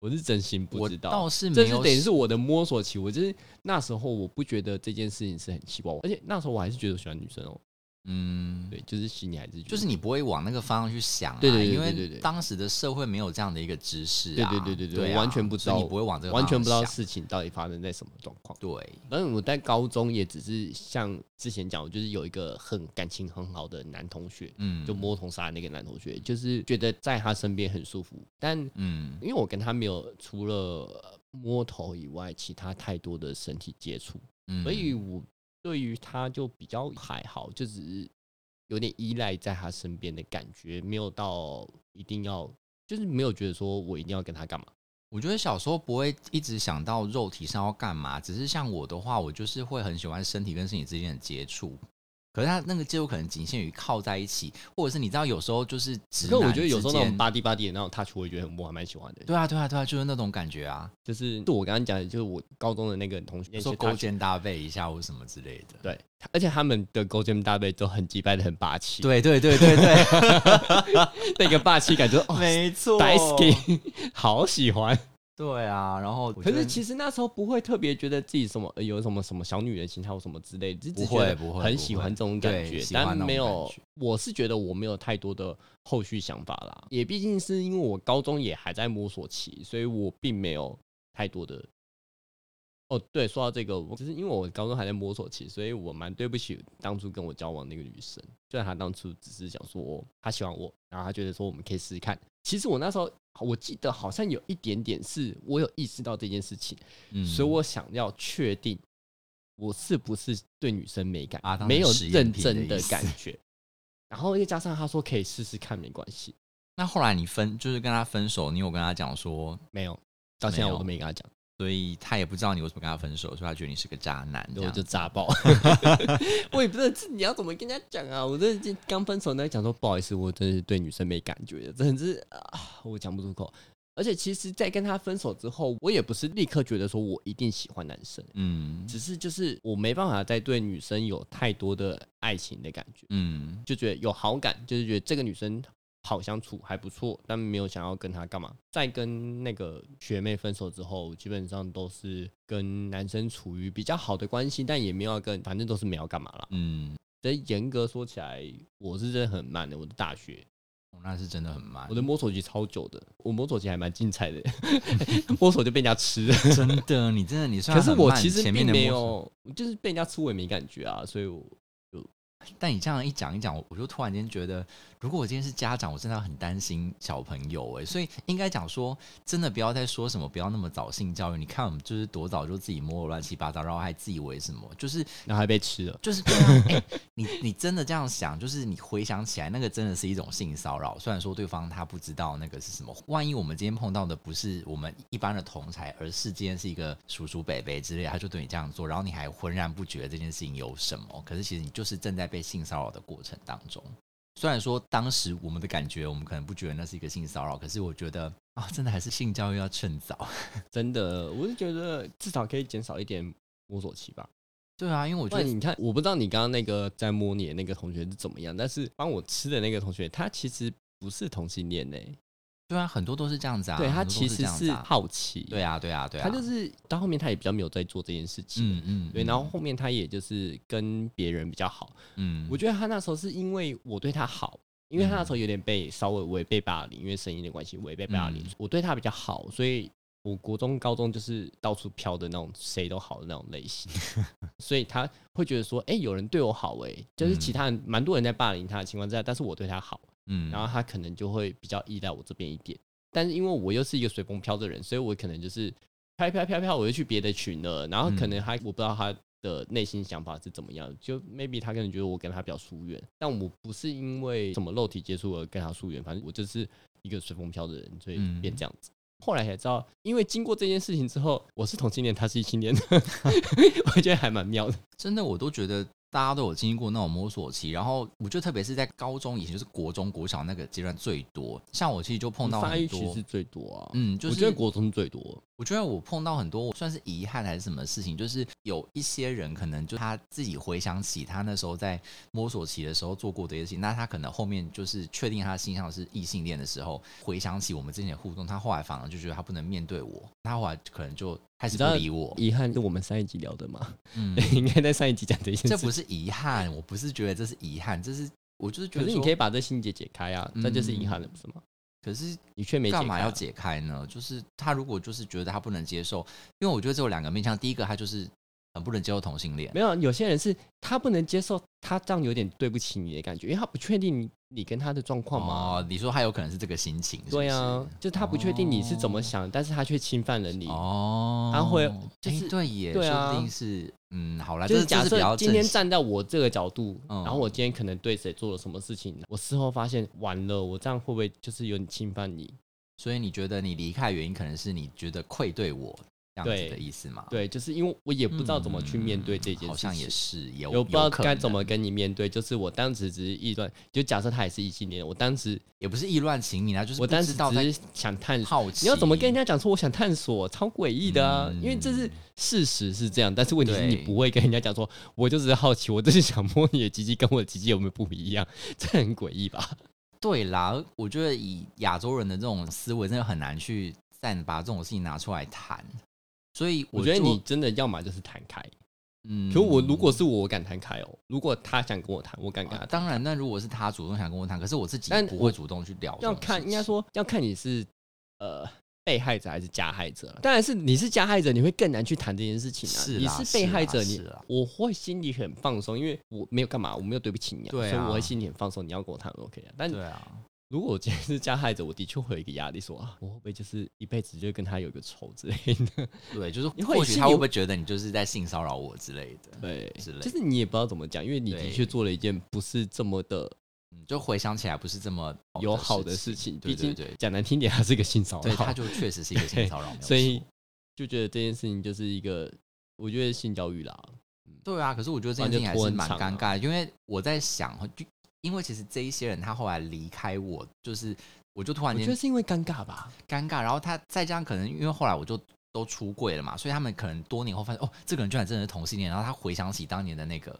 Speaker 2: 我是真心不
Speaker 1: 我
Speaker 2: 知道
Speaker 1: 倒，是
Speaker 2: 这
Speaker 1: 没
Speaker 2: 是
Speaker 1: 有
Speaker 2: 等于是我的摸索期。我就是那时候我不觉得这件事情是很奇怪，而且那时候我还是觉得我喜欢女生哦、
Speaker 1: 嗯，
Speaker 2: 对，就是心里还是觉得
Speaker 1: 就是你不会往那个方向去想、啊，
Speaker 2: 对对对对
Speaker 1: 因
Speaker 2: 对
Speaker 1: 为
Speaker 2: 对
Speaker 1: 当时的社会没有这样的一个知识、啊，
Speaker 2: 对对对对
Speaker 1: 对啊，
Speaker 2: 我完全不知道
Speaker 1: 所以你不会往这个
Speaker 2: 完全不知道
Speaker 1: 方向
Speaker 2: 事情到底发生在什么状况。
Speaker 1: 想对，
Speaker 2: 但是我在高中也只是像之前讲，我就是有一个很感情很好的男同学，
Speaker 1: 嗯，
Speaker 2: 就摸头杀的那个男同学，就是觉得在他身边很舒服。但
Speaker 1: 嗯
Speaker 2: 因为我跟他没有除了呃摸头以外，其他太多的身体接触，
Speaker 1: 嗯，
Speaker 2: 所以我对于他就比较还好，就只是有点依赖在他身边的感觉，没有到一定要，就是没有觉得说我一定要跟他干嘛。
Speaker 1: 我觉得小时候不会一直想到肉体上要干嘛，只是像我的话，我就是会很喜欢身体跟身体之间的接触。可是他那个介入可能仅限于靠在一起，或者是你知道有时候就是直
Speaker 2: 可
Speaker 1: 男
Speaker 2: 我觉得有时候
Speaker 1: 之
Speaker 2: 那
Speaker 1: 间
Speaker 2: 种吧唧吧唧的那种 touch，我也觉得很我还蛮喜欢的。
Speaker 1: 对啊对啊对啊，就是那种感觉啊，
Speaker 2: 就是就我刚刚讲的，就是我高中的那个同学，
Speaker 1: 有时候勾肩搭背一下或什么之类的。
Speaker 2: 对，而且他们的勾肩搭背都很击败的很霸气，
Speaker 1: 对对对对对，
Speaker 2: 那个霸气感觉哦。
Speaker 1: 没错。
Speaker 2: 白 skin 好喜欢，
Speaker 1: 对啊，然后
Speaker 2: 可是
Speaker 1: 实
Speaker 2: 其实那时候不会特别觉得自己什么呃有什么什么小女人心态或什么之类的，只是
Speaker 1: 不
Speaker 2: 觉
Speaker 1: 会
Speaker 2: 得
Speaker 1: 不会
Speaker 2: 很
Speaker 1: 不
Speaker 2: 喜
Speaker 1: 会
Speaker 2: 欢这种感
Speaker 1: 对
Speaker 2: 觉，
Speaker 1: 喜
Speaker 2: 但
Speaker 1: 欢那
Speaker 2: 没
Speaker 1: 种感
Speaker 2: 有
Speaker 1: 觉，
Speaker 2: 我是觉得我没有太多的后续想法啦，也毕竟是因为我高中也还在摸索期，所以我并没有太多的。哦，对，说到这个，我就是因为我高中还在摸索期，所以我蛮对不起当初跟我交往那个女生。虽然她当初只是想说她喜欢我，然后她觉得说我们可以试试看。其实我那时候我记得好像有一点点是我有意识到这件事情，
Speaker 1: 嗯
Speaker 2: 所以我想要确定我是不是对女生没感，
Speaker 1: 啊当成
Speaker 2: 没有
Speaker 1: 实验
Speaker 2: 认
Speaker 1: 品
Speaker 2: 真
Speaker 1: 的意
Speaker 2: 的
Speaker 1: 思
Speaker 2: 感觉。然后又加上他说可以试试看，没关系，
Speaker 1: 那后来你分就是跟他分手，你有跟他讲说，
Speaker 2: 没有，到现在
Speaker 1: 没有
Speaker 2: 我都没跟他讲，
Speaker 1: 所以他也不知道你为什么跟他分手，所以他觉得你是个渣男这
Speaker 2: 我
Speaker 1: 样
Speaker 2: 就。炸
Speaker 1: <laughs>
Speaker 2: 爆。我也不知道这你要怎么跟人家讲啊！我这刚分手，那讲说不好意思，我真的是对女生没感觉的，真的是啊，我讲不出口。而且其实，在跟他分手之后，我也不是立刻觉得说我一定喜欢男生，
Speaker 1: 嗯
Speaker 2: 只是就是我没办法再对女生有太多的爱情的感觉。
Speaker 1: 嗯，
Speaker 2: 就觉得有好感，就是觉得这个女生好相处，还不错，但没有想要跟她干嘛。在跟那个学妹分手之后，基本上都是跟男生处于比较好的关系，但也没有要跟，反正都是没有干嘛啦。
Speaker 1: 嗯，
Speaker 2: 所以严格说起来，我是真的很慢的。我的大学，
Speaker 1: 哦那是真的很慢， <laughs>
Speaker 2: 我的摸索期超久的，我摸索期还蛮精彩的，摸索就被人家吃了。
Speaker 1: 真的，啊你真的你算
Speaker 2: 可是我
Speaker 1: 慢
Speaker 2: 其实
Speaker 1: 前面的
Speaker 2: 并没
Speaker 1: 摸索，
Speaker 2: 有，就是被人家吃我也没感觉啊，所以我
Speaker 1: 但你这样一讲一讲，我我就突然间觉得，如果我今天是家长，我真的很担心小朋友哎、所以应该讲说，真的不要再说什么不要那么早性教育。你看我们就是多早就自己摸得乱七八糟，然后还自以为什么，就是
Speaker 2: 然后还被吃了。
Speaker 1: 就是对啊，哎、你你真的这样想，就是你回想起来，那个真的是一种性骚扰。虽然说对方他不知道那个是什么，万一我们今天碰到的不是我们一般的同才，而是今天是一个叔叔伯伯之类，他就对你这样做，然后你还浑然不觉这件事情有什么，可是其实你就是正在被性骚扰的过程当中。虽然说当时我们的感觉，我们可能不觉得那是一个性骚扰，可是我觉得啊、真的还是性教育要趁早。 <laughs>
Speaker 2: 真的，我是觉得至少可以减少一点摸索期吧。
Speaker 1: 对啊，因为我
Speaker 2: 不
Speaker 1: 觉
Speaker 2: 然
Speaker 1: 得
Speaker 2: 你看，我不知道你刚刚那个在摸你的那个同学是怎么样，但是帮我吃的那个同学，他其实不是同性恋呢、欸
Speaker 1: 对啊，很多都是这样子啊，
Speaker 2: 对他
Speaker 1: 很多都
Speaker 2: 其实
Speaker 1: 这样子
Speaker 2: 是
Speaker 1: 啊
Speaker 2: 好奇，
Speaker 1: 对啊，对啊，对啊，
Speaker 2: 他就是到后面他也比较没有在做这件事情，
Speaker 1: 嗯嗯，
Speaker 2: 对，然
Speaker 1: 嗯
Speaker 2: 后后面他也就是跟别人比较好，
Speaker 1: 嗯，
Speaker 2: 我觉得他那时候是因为我对他好，因为他那时候有点被稍微违背霸凌，因为声音的关系违背霸凌，
Speaker 1: 嗯
Speaker 2: 我对他比较好，所以我国中、高中就是到处飘的那种，谁都好的那种
Speaker 1: <laughs>
Speaker 2: 类型，所以他会觉得说，哎、有人对我好、哎，就是其他人蛮多人在霸凌他的情况之下，但是我对他好，
Speaker 1: 嗯，
Speaker 2: 然后他可能就会比较依赖我这边一点，但是因为我又是一个随风飘的人，所以我可能就是飘飘飘飘，我就去别的群了，然后可
Speaker 1: 嗯
Speaker 2: 能他我不知道他的内心想法是怎么样，就 maybe 他可能觉得我跟他比较疏远，但我不是因为什么肉体接触而跟他疏远，反正我就是一个随风飘的人，所以
Speaker 1: 嗯
Speaker 2: 变这样子。后来才知道，因为经过这件事情之后，我是同性恋，他是异
Speaker 1: <laughs>
Speaker 2: 性恋，我觉得还蛮妙的。
Speaker 1: 真的我都觉得大家都有经历过那种摸索期，然后我觉得特别是在高中以前，就是国中、国小那个阶段最多。像我其实就碰到
Speaker 2: 发
Speaker 1: 很
Speaker 2: 育其
Speaker 1: 多
Speaker 2: 实，最多啊，
Speaker 1: 嗯，就是
Speaker 2: 我觉得国中最多，
Speaker 1: 我觉得我碰到很多，我算是遗憾还是什么事情，就是有一些人可能就他自己回想起他那时候在摸索期的时候做过的一些事情，那他可能后面就是确定他的倾向是异性恋的时候，回想起我们之前的互动，他后来反而就觉得他不能面对我，他后来可能就开始
Speaker 2: 你
Speaker 1: 不
Speaker 2: 知道
Speaker 1: 理我。
Speaker 2: 遗憾是我们上一集聊的嘛，
Speaker 1: 嗯，
Speaker 2: <laughs> 应该在上一集讲这件
Speaker 1: 这
Speaker 2: 事。
Speaker 1: 不是遗憾，我不是觉得这是遗憾，这是我就是觉
Speaker 2: 可
Speaker 1: 得
Speaker 2: 是
Speaker 1: 说
Speaker 2: 你可以把这心结解开啊，
Speaker 1: 嗯
Speaker 2: 那就是遗憾了，不是吗？
Speaker 1: 可是
Speaker 2: 你却没解开啊
Speaker 1: 干嘛要解开呢？就是他如果就是觉得他不能接受，因为我觉得只有两个面向，第一个他就是很不能接受同性恋，
Speaker 2: 没有，有些人是他不能接受，他这样有点对不起你的感觉，因为他不确定你你跟他的状况嘛。
Speaker 1: 哦，你说他有可能是这个心情，是不是
Speaker 2: 对啊，就他不确定你是怎么想，但是他却侵犯了你。
Speaker 1: 哦，
Speaker 2: 他会就是
Speaker 1: 哎对耶，
Speaker 2: 对啊
Speaker 1: 说不定是嗯，好啦，
Speaker 2: 就
Speaker 1: 这
Speaker 2: 是
Speaker 1: 这
Speaker 2: 假
Speaker 1: 是比较
Speaker 2: 设今天
Speaker 1: 正
Speaker 2: 站在我这个角度，
Speaker 1: 嗯
Speaker 2: 然后我今天可能对谁做了什么事情，我事后发现完了，我这样会不会就是有点侵犯你？
Speaker 1: 所以你觉得你离开的原因可能是你觉得愧对我，这样子的意思嘛？嗯
Speaker 2: 对，就是因为我也不知道怎么去面对这件事情，
Speaker 1: 哦好像也是有，
Speaker 2: 我不知道
Speaker 1: 有可能
Speaker 2: 该怎么，跟你面对。就是我当时只是意乱，就假设他也是异性恋，我当时
Speaker 1: 也不是意乱情迷啊，就是
Speaker 2: 我
Speaker 1: 不
Speaker 2: 当
Speaker 1: 知
Speaker 2: 时
Speaker 1: 道
Speaker 2: 只
Speaker 1: 在
Speaker 2: 是想探索。
Speaker 1: 好奇，
Speaker 2: 你要怎么跟人家讲说我想探索，超诡异的啊！
Speaker 1: 嗯
Speaker 2: 因为这是事实是这样，但是问题是
Speaker 1: 对
Speaker 2: 你不会跟人家讲说，我就只是好奇，我就是想摸你的鸡鸡，跟我的鸡鸡有没有不一样？这很诡异吧？
Speaker 1: 对啦，我觉得以亚洲人的这种思维，真的很难去再把这种事情拿出来谈。所以
Speaker 2: 我
Speaker 1: 我
Speaker 2: 觉得
Speaker 1: 就
Speaker 2: 你，真的要么就是弹开，
Speaker 1: 嗯
Speaker 2: 可是我如果是我，我敢弹开哦。如果他想跟我谈，我敢跟
Speaker 1: 啊
Speaker 2: 他谈。
Speaker 1: 当然，那如果是他主动想跟我谈，可是我自己
Speaker 2: 但
Speaker 1: 不
Speaker 2: 我
Speaker 1: 会主动去聊这种
Speaker 2: 要
Speaker 1: 事情。
Speaker 2: 看，应该说要看你是呃被害者还是加害者了。当然是你是加害者，你会更难去谈这件事情啊。
Speaker 1: 是
Speaker 2: 你
Speaker 1: 啦
Speaker 2: 是被害者，
Speaker 1: 是啦
Speaker 2: 你
Speaker 1: 是啦
Speaker 2: 我会心里很放松，因为我没有干嘛，我没有对不起你、啊，
Speaker 1: 对啊
Speaker 2: 所以我会心里很放松。你要跟我谈 OK 啊，但
Speaker 1: 对啊，
Speaker 2: 如果我今天是加害者，我的确会有一个压力说啊，我会不会就是一辈子就跟他有个仇之类的？
Speaker 1: 对，就是
Speaker 2: 你会
Speaker 1: 或许
Speaker 2: 心
Speaker 1: 他
Speaker 2: 里
Speaker 1: 会不会觉得你就是在性骚扰我之类的？
Speaker 2: <laughs> 对，
Speaker 1: 之类的
Speaker 2: 就是你也不知道怎么讲，因为你的
Speaker 1: 对
Speaker 2: 确做了一件不是这么的
Speaker 1: 嗯就回想起来不是这么
Speaker 2: 友好的事
Speaker 1: 事
Speaker 2: 情，
Speaker 1: 对
Speaker 2: 毕
Speaker 1: 对
Speaker 2: 竟
Speaker 1: 对，
Speaker 2: 讲难听点，它是一个性骚 <laughs>
Speaker 1: 对，他
Speaker 2: 扰，
Speaker 1: 就确实是一个性骚扰，没有
Speaker 2: <laughs> 所以
Speaker 1: 错
Speaker 2: 就觉得这件事情就是一个，我觉得性教育啦，
Speaker 1: 对啊，可是我觉得这件
Speaker 2: 不
Speaker 1: 事
Speaker 2: 然
Speaker 1: 情
Speaker 2: 就
Speaker 1: 还
Speaker 2: 拖
Speaker 1: 是
Speaker 2: 很
Speaker 1: 蛮
Speaker 2: 长
Speaker 1: 尴
Speaker 2: 啊
Speaker 1: 尬的，因为我在想，就因为其实这一些人他后来离开我，就是我就突
Speaker 2: 我
Speaker 1: 然
Speaker 2: 觉
Speaker 1: 间
Speaker 2: 得是因为尴尬吧，
Speaker 1: 尴尬，然后他再加上可能因为后来我就都出柜了嘛，所以他们可能多年后发现哦，这个人居然真的是同性恋，然后他回想起当年的那个，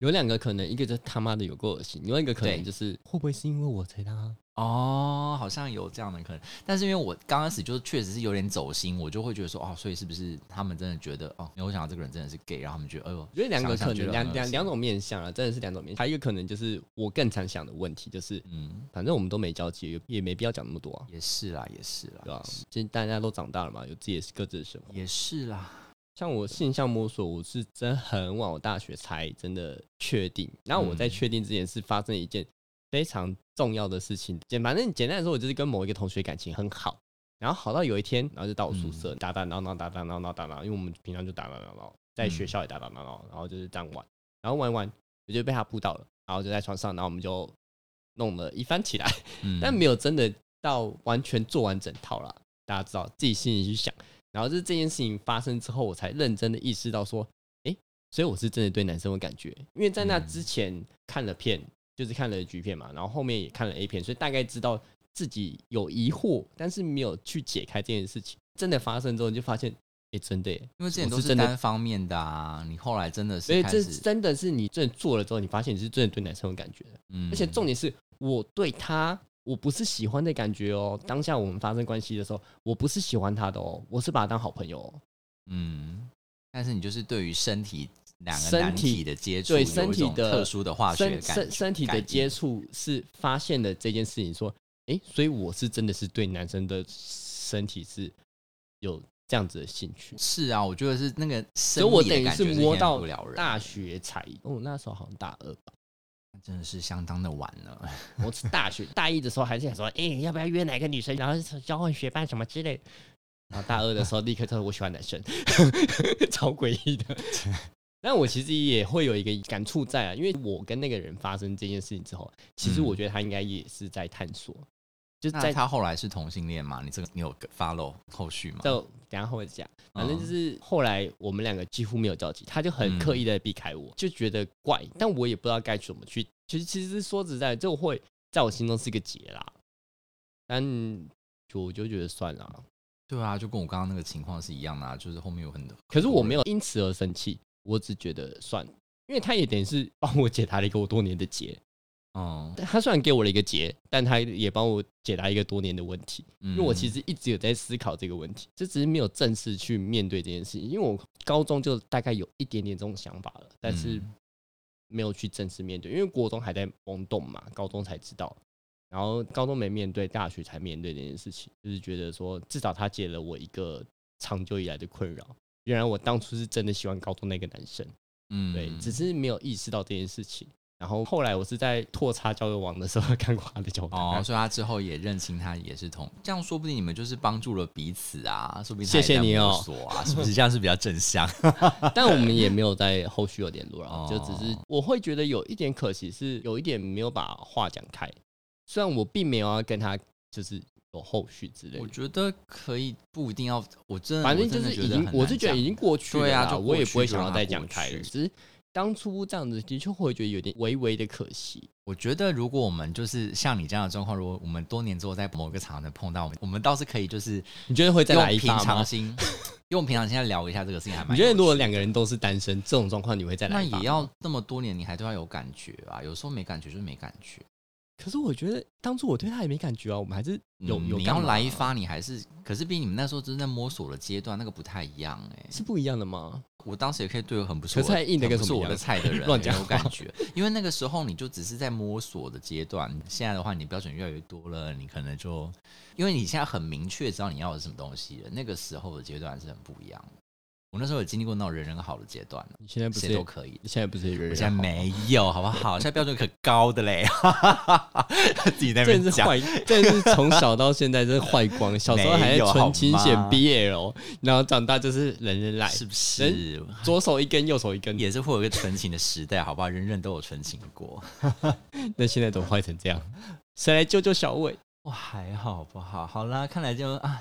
Speaker 2: 有两个可能，一个就是他妈的有够恶心，另外一个可能
Speaker 1: 对
Speaker 2: 就是会不会是因为我才让他
Speaker 1: 哦，好像有这样的可能，但是因为我刚开始就确实是有点走心，我就会觉得说，哦，所以是不是他们真的觉得，哦，没有想到这个人真的是 gay，然后他们觉得，哎呦，
Speaker 2: 我觉得两个
Speaker 1: 想想
Speaker 2: 可
Speaker 1: 觉
Speaker 2: 能，
Speaker 1: 得
Speaker 2: 两
Speaker 1: 很恶
Speaker 2: 两
Speaker 1: 心
Speaker 2: 两种面向啊，真的是两种面向。还有一个可能就是我更常想的问题，就是
Speaker 1: 嗯，
Speaker 2: 反正我们都没交集，也没必要讲那么多啊，
Speaker 1: 也是啦，也是啦，
Speaker 2: 对啊吧、其实大家都长大了嘛，有自己各自的生活。
Speaker 1: 也是啦，
Speaker 2: 像我性向摸索，我是真很晚，我大学才真的确定。然后我在
Speaker 1: 嗯
Speaker 2: 确定之前是发生一件非常重要的事情。简反正简单来说，我就是跟某一个同学感情很好，然后好到有一天，然后就到我宿舍打打闹闹，打打闹闹，打打闹，因为我们平常就打打闹闹，在学校也打打闹闹，然后就是这样玩，然后玩一玩我就被他扑到了，然后就在床上，然后我们就弄了一番起来。
Speaker 1: 嗯，
Speaker 2: 但没有真的到完全做完整套啦。大家知道自己心里去想，然后就是这件事情发生之后，我才认真的意识到说，诶，所以我是真的对男生有感觉，因为在那之前看了片，就是看了 G 片嘛，然后后面也看了 A 片，所以大概知道自己有疑惑，但是没有去解开这件事情。真的发生之后，你就发现，诶，真的耶，
Speaker 1: 因为之前都
Speaker 2: 我
Speaker 1: 是
Speaker 2: 是真的
Speaker 1: 单方面的啊，你后来真的
Speaker 2: 所
Speaker 1: 是
Speaker 2: 以
Speaker 1: 开
Speaker 2: 这
Speaker 1: 始，
Speaker 2: 真的是你真的做了之后，你发现你是真的对男生有感觉的。
Speaker 1: 嗯
Speaker 2: 而且重点是我对他，我不是喜欢的感觉哦。当下我们发生关系的时候，我不是喜欢他的哦，我是把他当好朋友、哦。
Speaker 1: 嗯，但是你就是对于身体两个
Speaker 2: 身
Speaker 1: 男
Speaker 2: 体
Speaker 1: 体的接触，
Speaker 2: 对身体的
Speaker 1: 特殊的化学
Speaker 2: 身
Speaker 1: 感觉
Speaker 2: 身身体的
Speaker 1: 感
Speaker 2: 接
Speaker 1: 应
Speaker 2: 触是发现了这件事情，说，诶，所以我是真的是对男生的身体是有这样子的兴趣。
Speaker 1: 是啊，我觉得是那个
Speaker 2: 所
Speaker 1: 生
Speaker 2: 以我
Speaker 1: 理
Speaker 2: 等
Speaker 1: 的
Speaker 2: 于
Speaker 1: 感
Speaker 2: 是
Speaker 1: 觉
Speaker 2: 摸
Speaker 1: 骗
Speaker 2: 到
Speaker 1: 不了人，欸
Speaker 2: 大学才，哦，那时候好像大二吧，
Speaker 1: 真的是相当的晚了。
Speaker 2: 我是大学大一的时候还是想说，诶，要不要约哪个女生，然后交换学伴什么之类的。然后大二的时候立刻就说我喜欢男生， <laughs> 超诡异
Speaker 1: <laughs>
Speaker 2: 的。但我其实也会有一个感触在啊，因为我跟那个人发生这件事情之后，其实
Speaker 1: 嗯
Speaker 2: 我觉得他应该也是在探索，就
Speaker 1: 那
Speaker 2: 在
Speaker 1: 他后来是同性恋嘛？你这个你有 follow 后续吗？
Speaker 2: 就等一下后面讲，反正就是后来我们两个几乎没有交集，他就很
Speaker 1: 嗯
Speaker 2: 刻意的避开我，就觉得怪，但我也不知道该怎么去。其实其实说实在，就会在我心中是个结啦，但就我就觉得算了啊。
Speaker 1: 对啊，就跟我刚刚那个情况是一样的、啊，就是后面有很多。
Speaker 2: 可是我没有因此而生气，我只觉得算了，因为他也等于是帮我解答了一个我多年的结。
Speaker 1: 嗯，
Speaker 2: 他虽然给我了一个结，但他也帮我解答一个多年的问题。因为
Speaker 1: 嗯
Speaker 2: 我其实一直有在思考这个问题，这只是没有正式去面对这件事情。因为我高中就大概有一点点这种想法了，但是
Speaker 1: 嗯
Speaker 2: 没有去正式面对，因为国中还在懵懂嘛，高中才知道，然后高中没面对，大学才面对这件事情，就是觉得说至少他解了我一个长久以来的困扰。原来我当初是真的喜欢高中那个男生，
Speaker 1: 嗯
Speaker 2: 对，只是没有意识到这件事情。然后后来我是在拓叉交友网的时候 <laughs> 看过他的交友档案
Speaker 1: 哦，所以他之后也认清他也是同，这样说不定你们就是帮助了彼此啊，说不定他也
Speaker 2: 谢谢
Speaker 1: 在
Speaker 2: 你哦
Speaker 1: 摸索啊，是不是这样是比较正
Speaker 2: <laughs>
Speaker 1: 向？
Speaker 2: 但我们也没有在后续有联络了 <laughs>
Speaker 1: 哦，
Speaker 2: 就只是我会觉得有一点可惜，是有一点没有把话讲开。虽然我并没有要跟他就是有后续之类
Speaker 1: 我
Speaker 2: 的。
Speaker 1: 觉得可以不一定要，我真的
Speaker 2: 反正
Speaker 1: 我
Speaker 2: 就
Speaker 1: 真的
Speaker 2: 是
Speaker 1: 觉
Speaker 2: 已
Speaker 1: 得
Speaker 2: 经
Speaker 1: 很，
Speaker 2: 我
Speaker 1: 难
Speaker 2: 是觉得
Speaker 1: 讲
Speaker 2: 已经过去了
Speaker 1: 对啊
Speaker 2: 啦
Speaker 1: 就
Speaker 2: 我也
Speaker 1: 过
Speaker 2: 不会
Speaker 1: 去就
Speaker 2: 想要
Speaker 1: 让它
Speaker 2: 再
Speaker 1: 过
Speaker 2: 讲开了。
Speaker 1: 去
Speaker 2: 只是当初这样子，的确会觉得有点微微的可惜。
Speaker 1: 我觉得，如果我们就是像你这样的状况，如果我们多年之后在某一个场合能碰到，我们我们倒是可以就是
Speaker 2: 你觉得会再来
Speaker 1: 用
Speaker 2: 一
Speaker 1: 平
Speaker 2: 发
Speaker 1: 常
Speaker 2: 吗？
Speaker 1: 心， <laughs> 用平常心来聊一下这个事情，还蛮
Speaker 2: 你
Speaker 1: 有
Speaker 2: 觉
Speaker 1: 趣的。
Speaker 2: 得如果两个人都是单身，这种状况你会再来
Speaker 1: 那
Speaker 2: 一发
Speaker 1: 也
Speaker 2: 吗？
Speaker 1: 要这么多年，你还对他有感觉啊？有时候没感觉就是没感觉。
Speaker 2: 可是我觉得当初我对他也没感觉啊，我们还是有、
Speaker 1: 嗯
Speaker 2: 有
Speaker 1: 你要
Speaker 2: 干嘛啊
Speaker 1: 来一发，你还是可是，毕竟你们那时候真在摸索的阶段，那个不太一样哎、
Speaker 2: 是不一样的吗？
Speaker 1: 我当时也可以对我很不是
Speaker 2: 可是
Speaker 1: 我
Speaker 2: 还硬得
Speaker 1: 很
Speaker 2: 跟
Speaker 1: 不
Speaker 2: 什
Speaker 1: 是
Speaker 2: 么
Speaker 1: 我
Speaker 2: 一
Speaker 1: 的
Speaker 2: 样
Speaker 1: 菜
Speaker 2: <laughs>
Speaker 1: 的人欸
Speaker 2: 乱讲
Speaker 1: 有
Speaker 2: 话
Speaker 1: 感觉，因为那个时候你就只是在摸索的阶段。现在的话，你标准越来越多了，你可能就因为你现在很明确知道你要的是什么东西了。那个时候的阶段是很不一样的。我那时候也经历过那种人人好的阶段，
Speaker 2: 你现在不是
Speaker 1: 谁
Speaker 2: 也
Speaker 1: 都可以。
Speaker 2: 你现在不是也人
Speaker 1: 我
Speaker 2: 人
Speaker 1: 现在
Speaker 2: 好
Speaker 1: 没有，好不好？现在标准可高的嘞， <laughs> 自己在那
Speaker 2: 真
Speaker 1: 边
Speaker 2: 的是
Speaker 1: 讲。
Speaker 2: 坏，真的是从小到现在真是坏光。小时候还
Speaker 1: 没有
Speaker 2: 在
Speaker 1: 好
Speaker 2: 纯情险
Speaker 1: 吗
Speaker 2: BL，然后长大就是人人来，
Speaker 1: 是不是？
Speaker 2: 左手一根，右手一根。
Speaker 1: 也是会有一个纯情的时代，好不好？人人都有纯情过。
Speaker 2: 那现在怎么坏成这样？谁来救救小伟？
Speaker 1: <laughs> 哇，还好不好？好啦，看来就啊，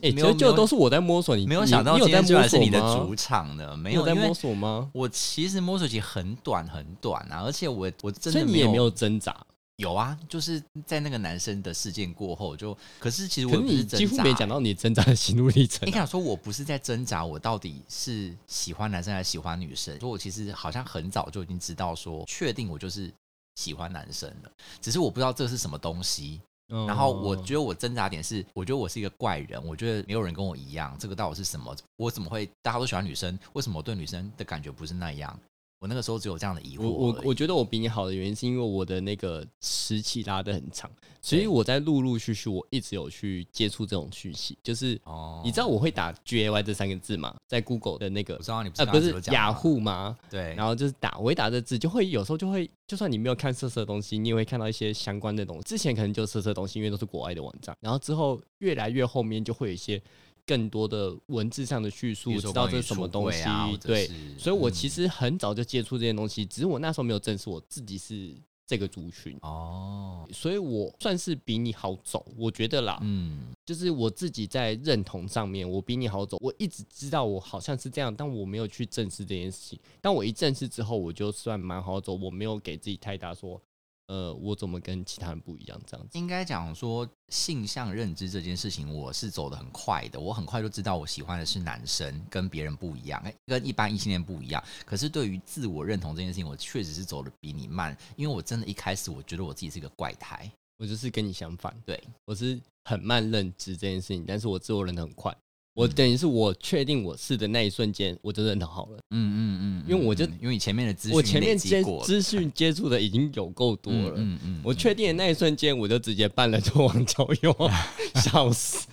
Speaker 2: 哎、
Speaker 1: 没有
Speaker 2: 救
Speaker 1: 没
Speaker 2: 救
Speaker 1: 有
Speaker 2: 都是我在摸索你，
Speaker 1: 没有
Speaker 2: 你
Speaker 1: 想到
Speaker 2: 你有
Speaker 1: 今
Speaker 2: 在
Speaker 1: 天居
Speaker 2: 摸
Speaker 1: 然是
Speaker 2: 索
Speaker 1: 你的
Speaker 2: 吗？
Speaker 1: 主场呢，没
Speaker 2: 你有
Speaker 1: 有，
Speaker 2: 在
Speaker 1: 因为
Speaker 2: 摸索吗？
Speaker 1: 我其实摸索期很短很短啊，而且我我真
Speaker 2: 所以
Speaker 1: 的
Speaker 2: 你
Speaker 1: 没
Speaker 2: 也没
Speaker 1: 有
Speaker 2: 有挣扎，
Speaker 1: 有啊，就是在那个男生的事件过后就，可是其实我
Speaker 2: 可
Speaker 1: 也
Speaker 2: 是
Speaker 1: 不是
Speaker 2: 你
Speaker 1: 挣
Speaker 2: 几乎没
Speaker 1: 扎
Speaker 2: 讲到你挣扎的心路历
Speaker 1: <laughs>
Speaker 2: 程
Speaker 1: 应
Speaker 2: 啊、
Speaker 1: 该讲说，我不是在挣扎，我到底是喜欢男生还是喜欢女生。所以我其实好像很早就已经知道说，确定我就是喜欢男生了，只是我不知道这是什么东西。
Speaker 2: 嗯
Speaker 1: 哎然后我觉得我挣扎点是，我觉得我是一个怪人，我觉得没有人跟我一样，这个到底是什么？我怎么会大家都喜欢女生，为什么我对女生的感觉不是那样？我那个时候只有这样的疑惑而
Speaker 2: 我
Speaker 1: 已。
Speaker 2: 哦我我觉得我比你好的原因是因为我的那个时期拉的很长，所以
Speaker 1: 对
Speaker 2: 我在陆陆续续我一直有去接触这种讯息，就是
Speaker 1: 哦，
Speaker 2: 你知道我会打 G A Y 这三个字吗？在 Google 的那个
Speaker 1: 我知道你不是
Speaker 2: 呃不
Speaker 1: 刚刚
Speaker 2: 是
Speaker 1: 有讲啊哎
Speaker 2: 雅
Speaker 1: 吗
Speaker 2: 虎吗？
Speaker 1: 对，
Speaker 2: 然后就是打，我一打这字就会有时候就会，就算你没有看色色的东西，你也会看到一些相关的东西。之前可能就色色的东西，因为都是国外的网
Speaker 1: 嗯
Speaker 2: 站，然后之后越来越后面就会有一些更多的文字上的叙述，
Speaker 1: 比如
Speaker 2: 知
Speaker 1: 说
Speaker 2: 道
Speaker 1: 关
Speaker 2: 这
Speaker 1: 于
Speaker 2: 是什么
Speaker 1: 出
Speaker 2: 东
Speaker 1: 柜
Speaker 2: 西，
Speaker 1: 啊或者
Speaker 2: 对。
Speaker 1: 是
Speaker 2: 所以我
Speaker 1: 嗯
Speaker 2: 其实很早就接触这些东西，只是我那时候没有正视我自己是这个族群，
Speaker 1: 哦，
Speaker 2: 所以我算是比你好走，我觉得啦，
Speaker 1: 嗯。
Speaker 2: 就是我自己在认同上面，我比你好走。我一直知道我好像是这样，但我没有去正视这件事情。但我一正视之后，我就算蛮好走，我没有给自己太大说，呃，我怎么跟其他人不一样这样子。
Speaker 1: 应该讲说性向认知这件事情，我是走的很快的，我很快就知道我喜欢的是男生，跟别人不一样，哎跟一般异性恋不一样。可是对于自我认同这件事情，我确实是走的比你慢，因为我真的一开始我觉得我自己是个怪胎，
Speaker 2: 我就是跟你相反，
Speaker 1: 对
Speaker 2: 我是很慢认知这件事情，但是我自我认同很快。我
Speaker 1: 嗯
Speaker 2: 等于是我确定我是的那一瞬间，我就认同好了。
Speaker 1: 嗯嗯嗯
Speaker 2: 因为我就
Speaker 1: 嗯因为你前面的资讯
Speaker 2: 我前面
Speaker 1: 累积
Speaker 2: 接
Speaker 1: 过了 <laughs>
Speaker 2: 资讯接触的已经有够多了，
Speaker 1: 嗯嗯
Speaker 2: 我确定的那一瞬间，我就直接办了脱网交友，,啊笑死！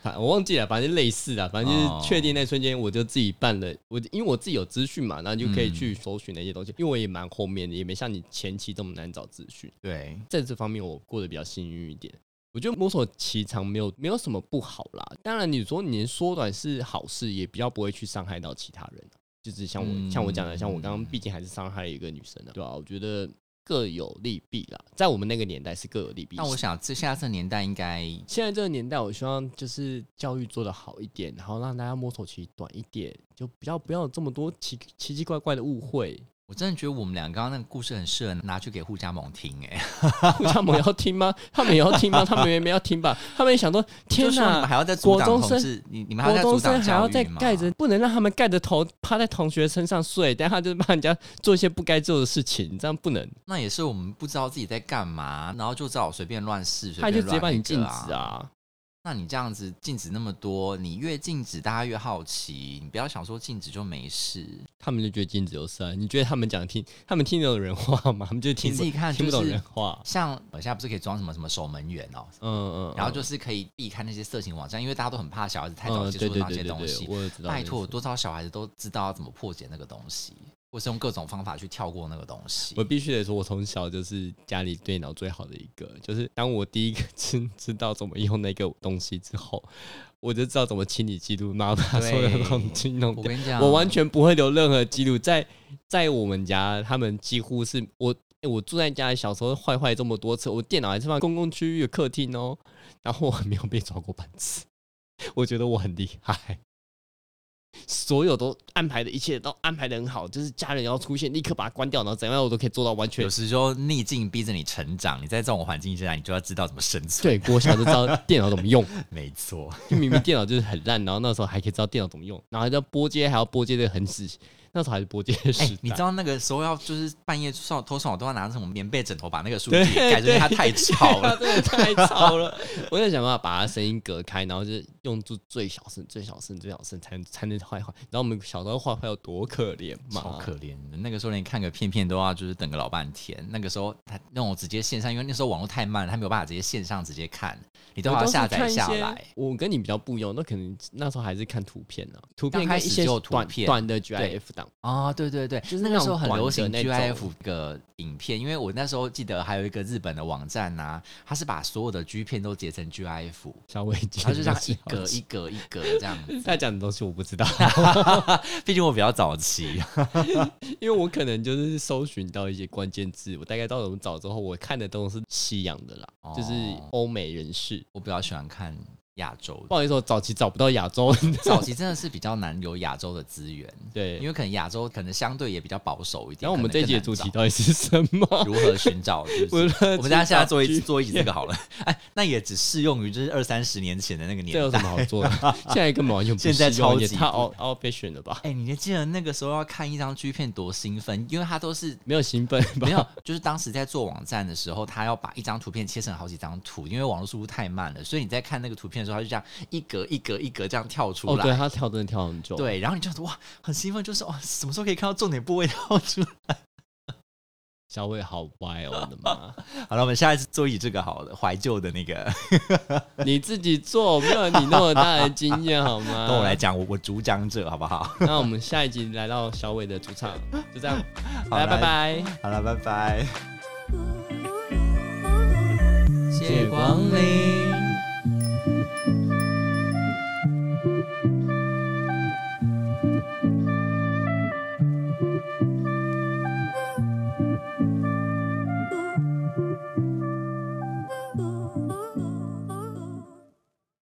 Speaker 2: 反我忘记了，反正类似的，反正就是确定那一瞬间，我就自己办了。我因为我自己有资讯嘛，然后就可以去搜寻那些东西。因为我也蛮后面的，也没像你前期这么难找资讯。
Speaker 1: 对，
Speaker 2: 在这方面，我过得比较幸运一点。我觉得摸索期长没有没有什么不好啦。当然，你说你缩短是好事，也比较不会去伤害到其他人。啊就是像我、
Speaker 1: 嗯
Speaker 2: 像我讲的，像我刚刚毕竟还是伤害一个女生的，对啊，我觉得各有利弊啦，在我们那个年代是各有利弊。
Speaker 1: 那我想这现在这年代应该
Speaker 2: 现在这个年代，我希望就是教育做得好一点，然后让大家摸索期短一点，就比较不要有这么多奇奇奇怪怪的误会。 <laughs>
Speaker 1: 我真的觉得我们俩刚刚那个故事很适合拿去给互加盟听、哎。
Speaker 2: 他们要听吗？他们也要听吗？他们也没有要听吧？他们也想
Speaker 1: <laughs>
Speaker 2: 说，
Speaker 1: 就
Speaker 2: 天
Speaker 1: 说你
Speaker 2: 哪
Speaker 1: 们，还要在阻
Speaker 2: 国
Speaker 1: 挡
Speaker 2: 中
Speaker 1: 同
Speaker 2: 生
Speaker 1: 事，你你们还要
Speaker 2: 国
Speaker 1: 在
Speaker 2: 中
Speaker 1: 阻
Speaker 2: 生
Speaker 1: 挡
Speaker 2: 还要
Speaker 1: 教
Speaker 2: 再
Speaker 1: 育吗？
Speaker 2: 盖着，不能让他们盖着头趴在同学身上睡，但他就是帮人家做一些不该做的事情，这样不能，
Speaker 1: 那也是我们不知道自己在干嘛，然后就只好随便乱试，随
Speaker 2: 他就
Speaker 1: 便
Speaker 2: 直接把
Speaker 1: 乱
Speaker 2: 你
Speaker 1: 那
Speaker 2: 禁
Speaker 1: 个
Speaker 2: 止
Speaker 1: 啊。
Speaker 2: 啊。
Speaker 1: 那你这样子禁止那么多，你越禁止，大家越好奇。你不要想说禁止就没事，
Speaker 2: 他们就觉得禁止有事啊？你觉得他们讲听他们听得懂人话吗？他们就
Speaker 1: 你
Speaker 2: 听
Speaker 1: 自
Speaker 2: 不
Speaker 1: 己看
Speaker 2: 听
Speaker 1: 就
Speaker 2: 不懂
Speaker 1: 是
Speaker 2: 人话。
Speaker 1: 像我现在不是可以装什么什么守门员哦，
Speaker 2: 嗯嗯，
Speaker 1: 然后就是可以避开那些色情网站，因为大家都很怕小孩子太早
Speaker 2: 嗯
Speaker 1: 接
Speaker 2: 对
Speaker 1: 触
Speaker 2: 对
Speaker 1: 到那
Speaker 2: 对
Speaker 1: 些
Speaker 2: 对
Speaker 1: 东
Speaker 2: 对
Speaker 1: 西。
Speaker 2: 我有知道
Speaker 1: 拜
Speaker 2: 这
Speaker 1: 托，
Speaker 2: 件事
Speaker 1: 多少小孩子都知道要怎么破解那个东西，或是用各种方法去跳过那个东西
Speaker 2: 我。必须得说，我从小就是家里电脑最好的一个。就是当我第一个知知道怎么用那个东西之后，我就知道怎么清理记录，然后把所有的
Speaker 1: 对
Speaker 2: 东西弄
Speaker 1: 我
Speaker 2: 掉。
Speaker 1: 跟你讲，
Speaker 2: 我完全不会留任何记录，在在我们家，他们几乎是我欸我住在家里，小时候坏坏这么多次，我电脑还是放公共区域的客厅哦，然后我没有被抓过半次， <laughs> 我觉得我很厉害。所有都安排的一切都安排的很好，就是家人要出现，立刻把它关掉，然后怎样我都可以做到完全
Speaker 1: 有时候逆境逼着你成长，你在这种环境下，你就要知道怎么生存。
Speaker 2: 对，我小就知道电脑怎么用， <laughs>
Speaker 1: 没错，
Speaker 2: 就明明电脑就是很烂，然后那时候还可以知道电脑怎么用，然后还要拨接，还要拨接的很仔细，那时候还是拨接的时
Speaker 1: 哎、
Speaker 2: 代、
Speaker 1: 你知道那个时候要就是半夜上偷上，我都要拿那种棉被枕头把那个书
Speaker 2: 对
Speaker 1: 籍盖住，因为它 <laughs>
Speaker 2: 对
Speaker 1: 太吵
Speaker 2: <laughs>
Speaker 1: 了。
Speaker 2: 对啊真的太
Speaker 1: <laughs>
Speaker 2: 吵了。我在想办法把它声音隔开，然后就是用出最小声、最小声、最小声，才能才能坏坏。然后我们小时候坏坏有多可怜
Speaker 1: 好
Speaker 2: 嘛？
Speaker 1: 可怜的，那个时候连看个片片都要就是等个老半天。那个时候他那种直接线上，因为那时候网络太慢了，他没有办法直接线上直接看，你都
Speaker 2: 我
Speaker 1: 要
Speaker 2: 都是
Speaker 1: 下载
Speaker 2: 看一
Speaker 1: 下
Speaker 2: 些
Speaker 1: 来。
Speaker 2: 我跟你比较不一样，那可能那时候还是看图片呢、图
Speaker 1: 刚
Speaker 2: 片跟
Speaker 1: 开始
Speaker 2: 一些
Speaker 1: 就有图
Speaker 2: 短
Speaker 1: 片
Speaker 2: 短的
Speaker 1: 对
Speaker 2: GIF 档，
Speaker 1: 哦，对对对，
Speaker 2: 就是
Speaker 1: 那
Speaker 2: 那
Speaker 1: 个时
Speaker 2: 种
Speaker 1: 候很
Speaker 2: 短
Speaker 1: 流
Speaker 2: 的
Speaker 1: 行
Speaker 2: 那种
Speaker 1: GIF 的影片，因为我那时候记得还有一个日本的网站呐、啊，它是把所有的 G 片都截成 GIF，
Speaker 2: 小伟姐
Speaker 1: 然后就这
Speaker 2: <laughs>
Speaker 1: 样一
Speaker 2: 个
Speaker 1: 格一格一格这样子。
Speaker 2: 他讲的东西我不知道，
Speaker 1: 毕竟我比较早期，
Speaker 2: <laughs> 因为我可能就是搜寻到一些关键字，我大概到我们找之后，我看的都是西洋的啦，
Speaker 1: 哦
Speaker 2: 就是欧美人士。
Speaker 1: 我比较喜欢看亚洲
Speaker 2: 不好意思，我早期找不到亚洲， <laughs>
Speaker 1: 早期真的是比较难有亚洲的资源。
Speaker 2: 对，
Speaker 1: 因为可能亚洲可能相对也比较保守一点。
Speaker 2: 然后我们
Speaker 1: 可
Speaker 2: 这
Speaker 1: 能
Speaker 2: 一
Speaker 1: 更难
Speaker 2: 集的主题
Speaker 1: 找
Speaker 2: 到底是什么？
Speaker 1: 如何寻找，就是
Speaker 2: 我
Speaker 1: 我们大家现在做一
Speaker 2: 做，
Speaker 1: 做一集这个好了。哎，那也只适用于就是二三十年前的那个
Speaker 2: 这有
Speaker 1: 年代。
Speaker 2: 什么
Speaker 1: <laughs>
Speaker 2: 好做的？现在根本完全不
Speaker 1: 现在
Speaker 2: 适用
Speaker 1: 超
Speaker 2: 也
Speaker 1: 级
Speaker 2: 太
Speaker 1: <laughs>
Speaker 2: out out fashion 了吧？
Speaker 1: 哎、你还记得那个时候要看一张 G 片多兴奋，因为它都是。
Speaker 2: <laughs> 没有兴奋吧？
Speaker 1: 没有，就是当时在做网站的时候，他要把一张图片切成好几张图，因为网络速度太慢了，所以你在看那个图片的时候，他就这样一格一格一格这样跳出
Speaker 2: 哦，
Speaker 1: 来。
Speaker 2: 对他跳真的跳很久，，
Speaker 1: 对，然后你就想说哇，很兴奋，就是哇，哦什么时候可以看到重点部位跳出来？
Speaker 2: 小伟好歪哦，我的妈！
Speaker 1: 好了，我们下一次做以这个好了，怀旧的那个。
Speaker 2: 你自己做，没有你那么大的经验好
Speaker 1: <laughs>
Speaker 2: 吗？
Speaker 1: 跟我来。讲，我我主讲者好不
Speaker 2: <laughs>
Speaker 1: 好？
Speaker 2: 那我们下一集来到小伟的主场，就这样，
Speaker 1: 好
Speaker 2: 来，
Speaker 1: 来
Speaker 2: 拜拜。
Speaker 1: 好了，拜拜。
Speaker 2: 谢光临。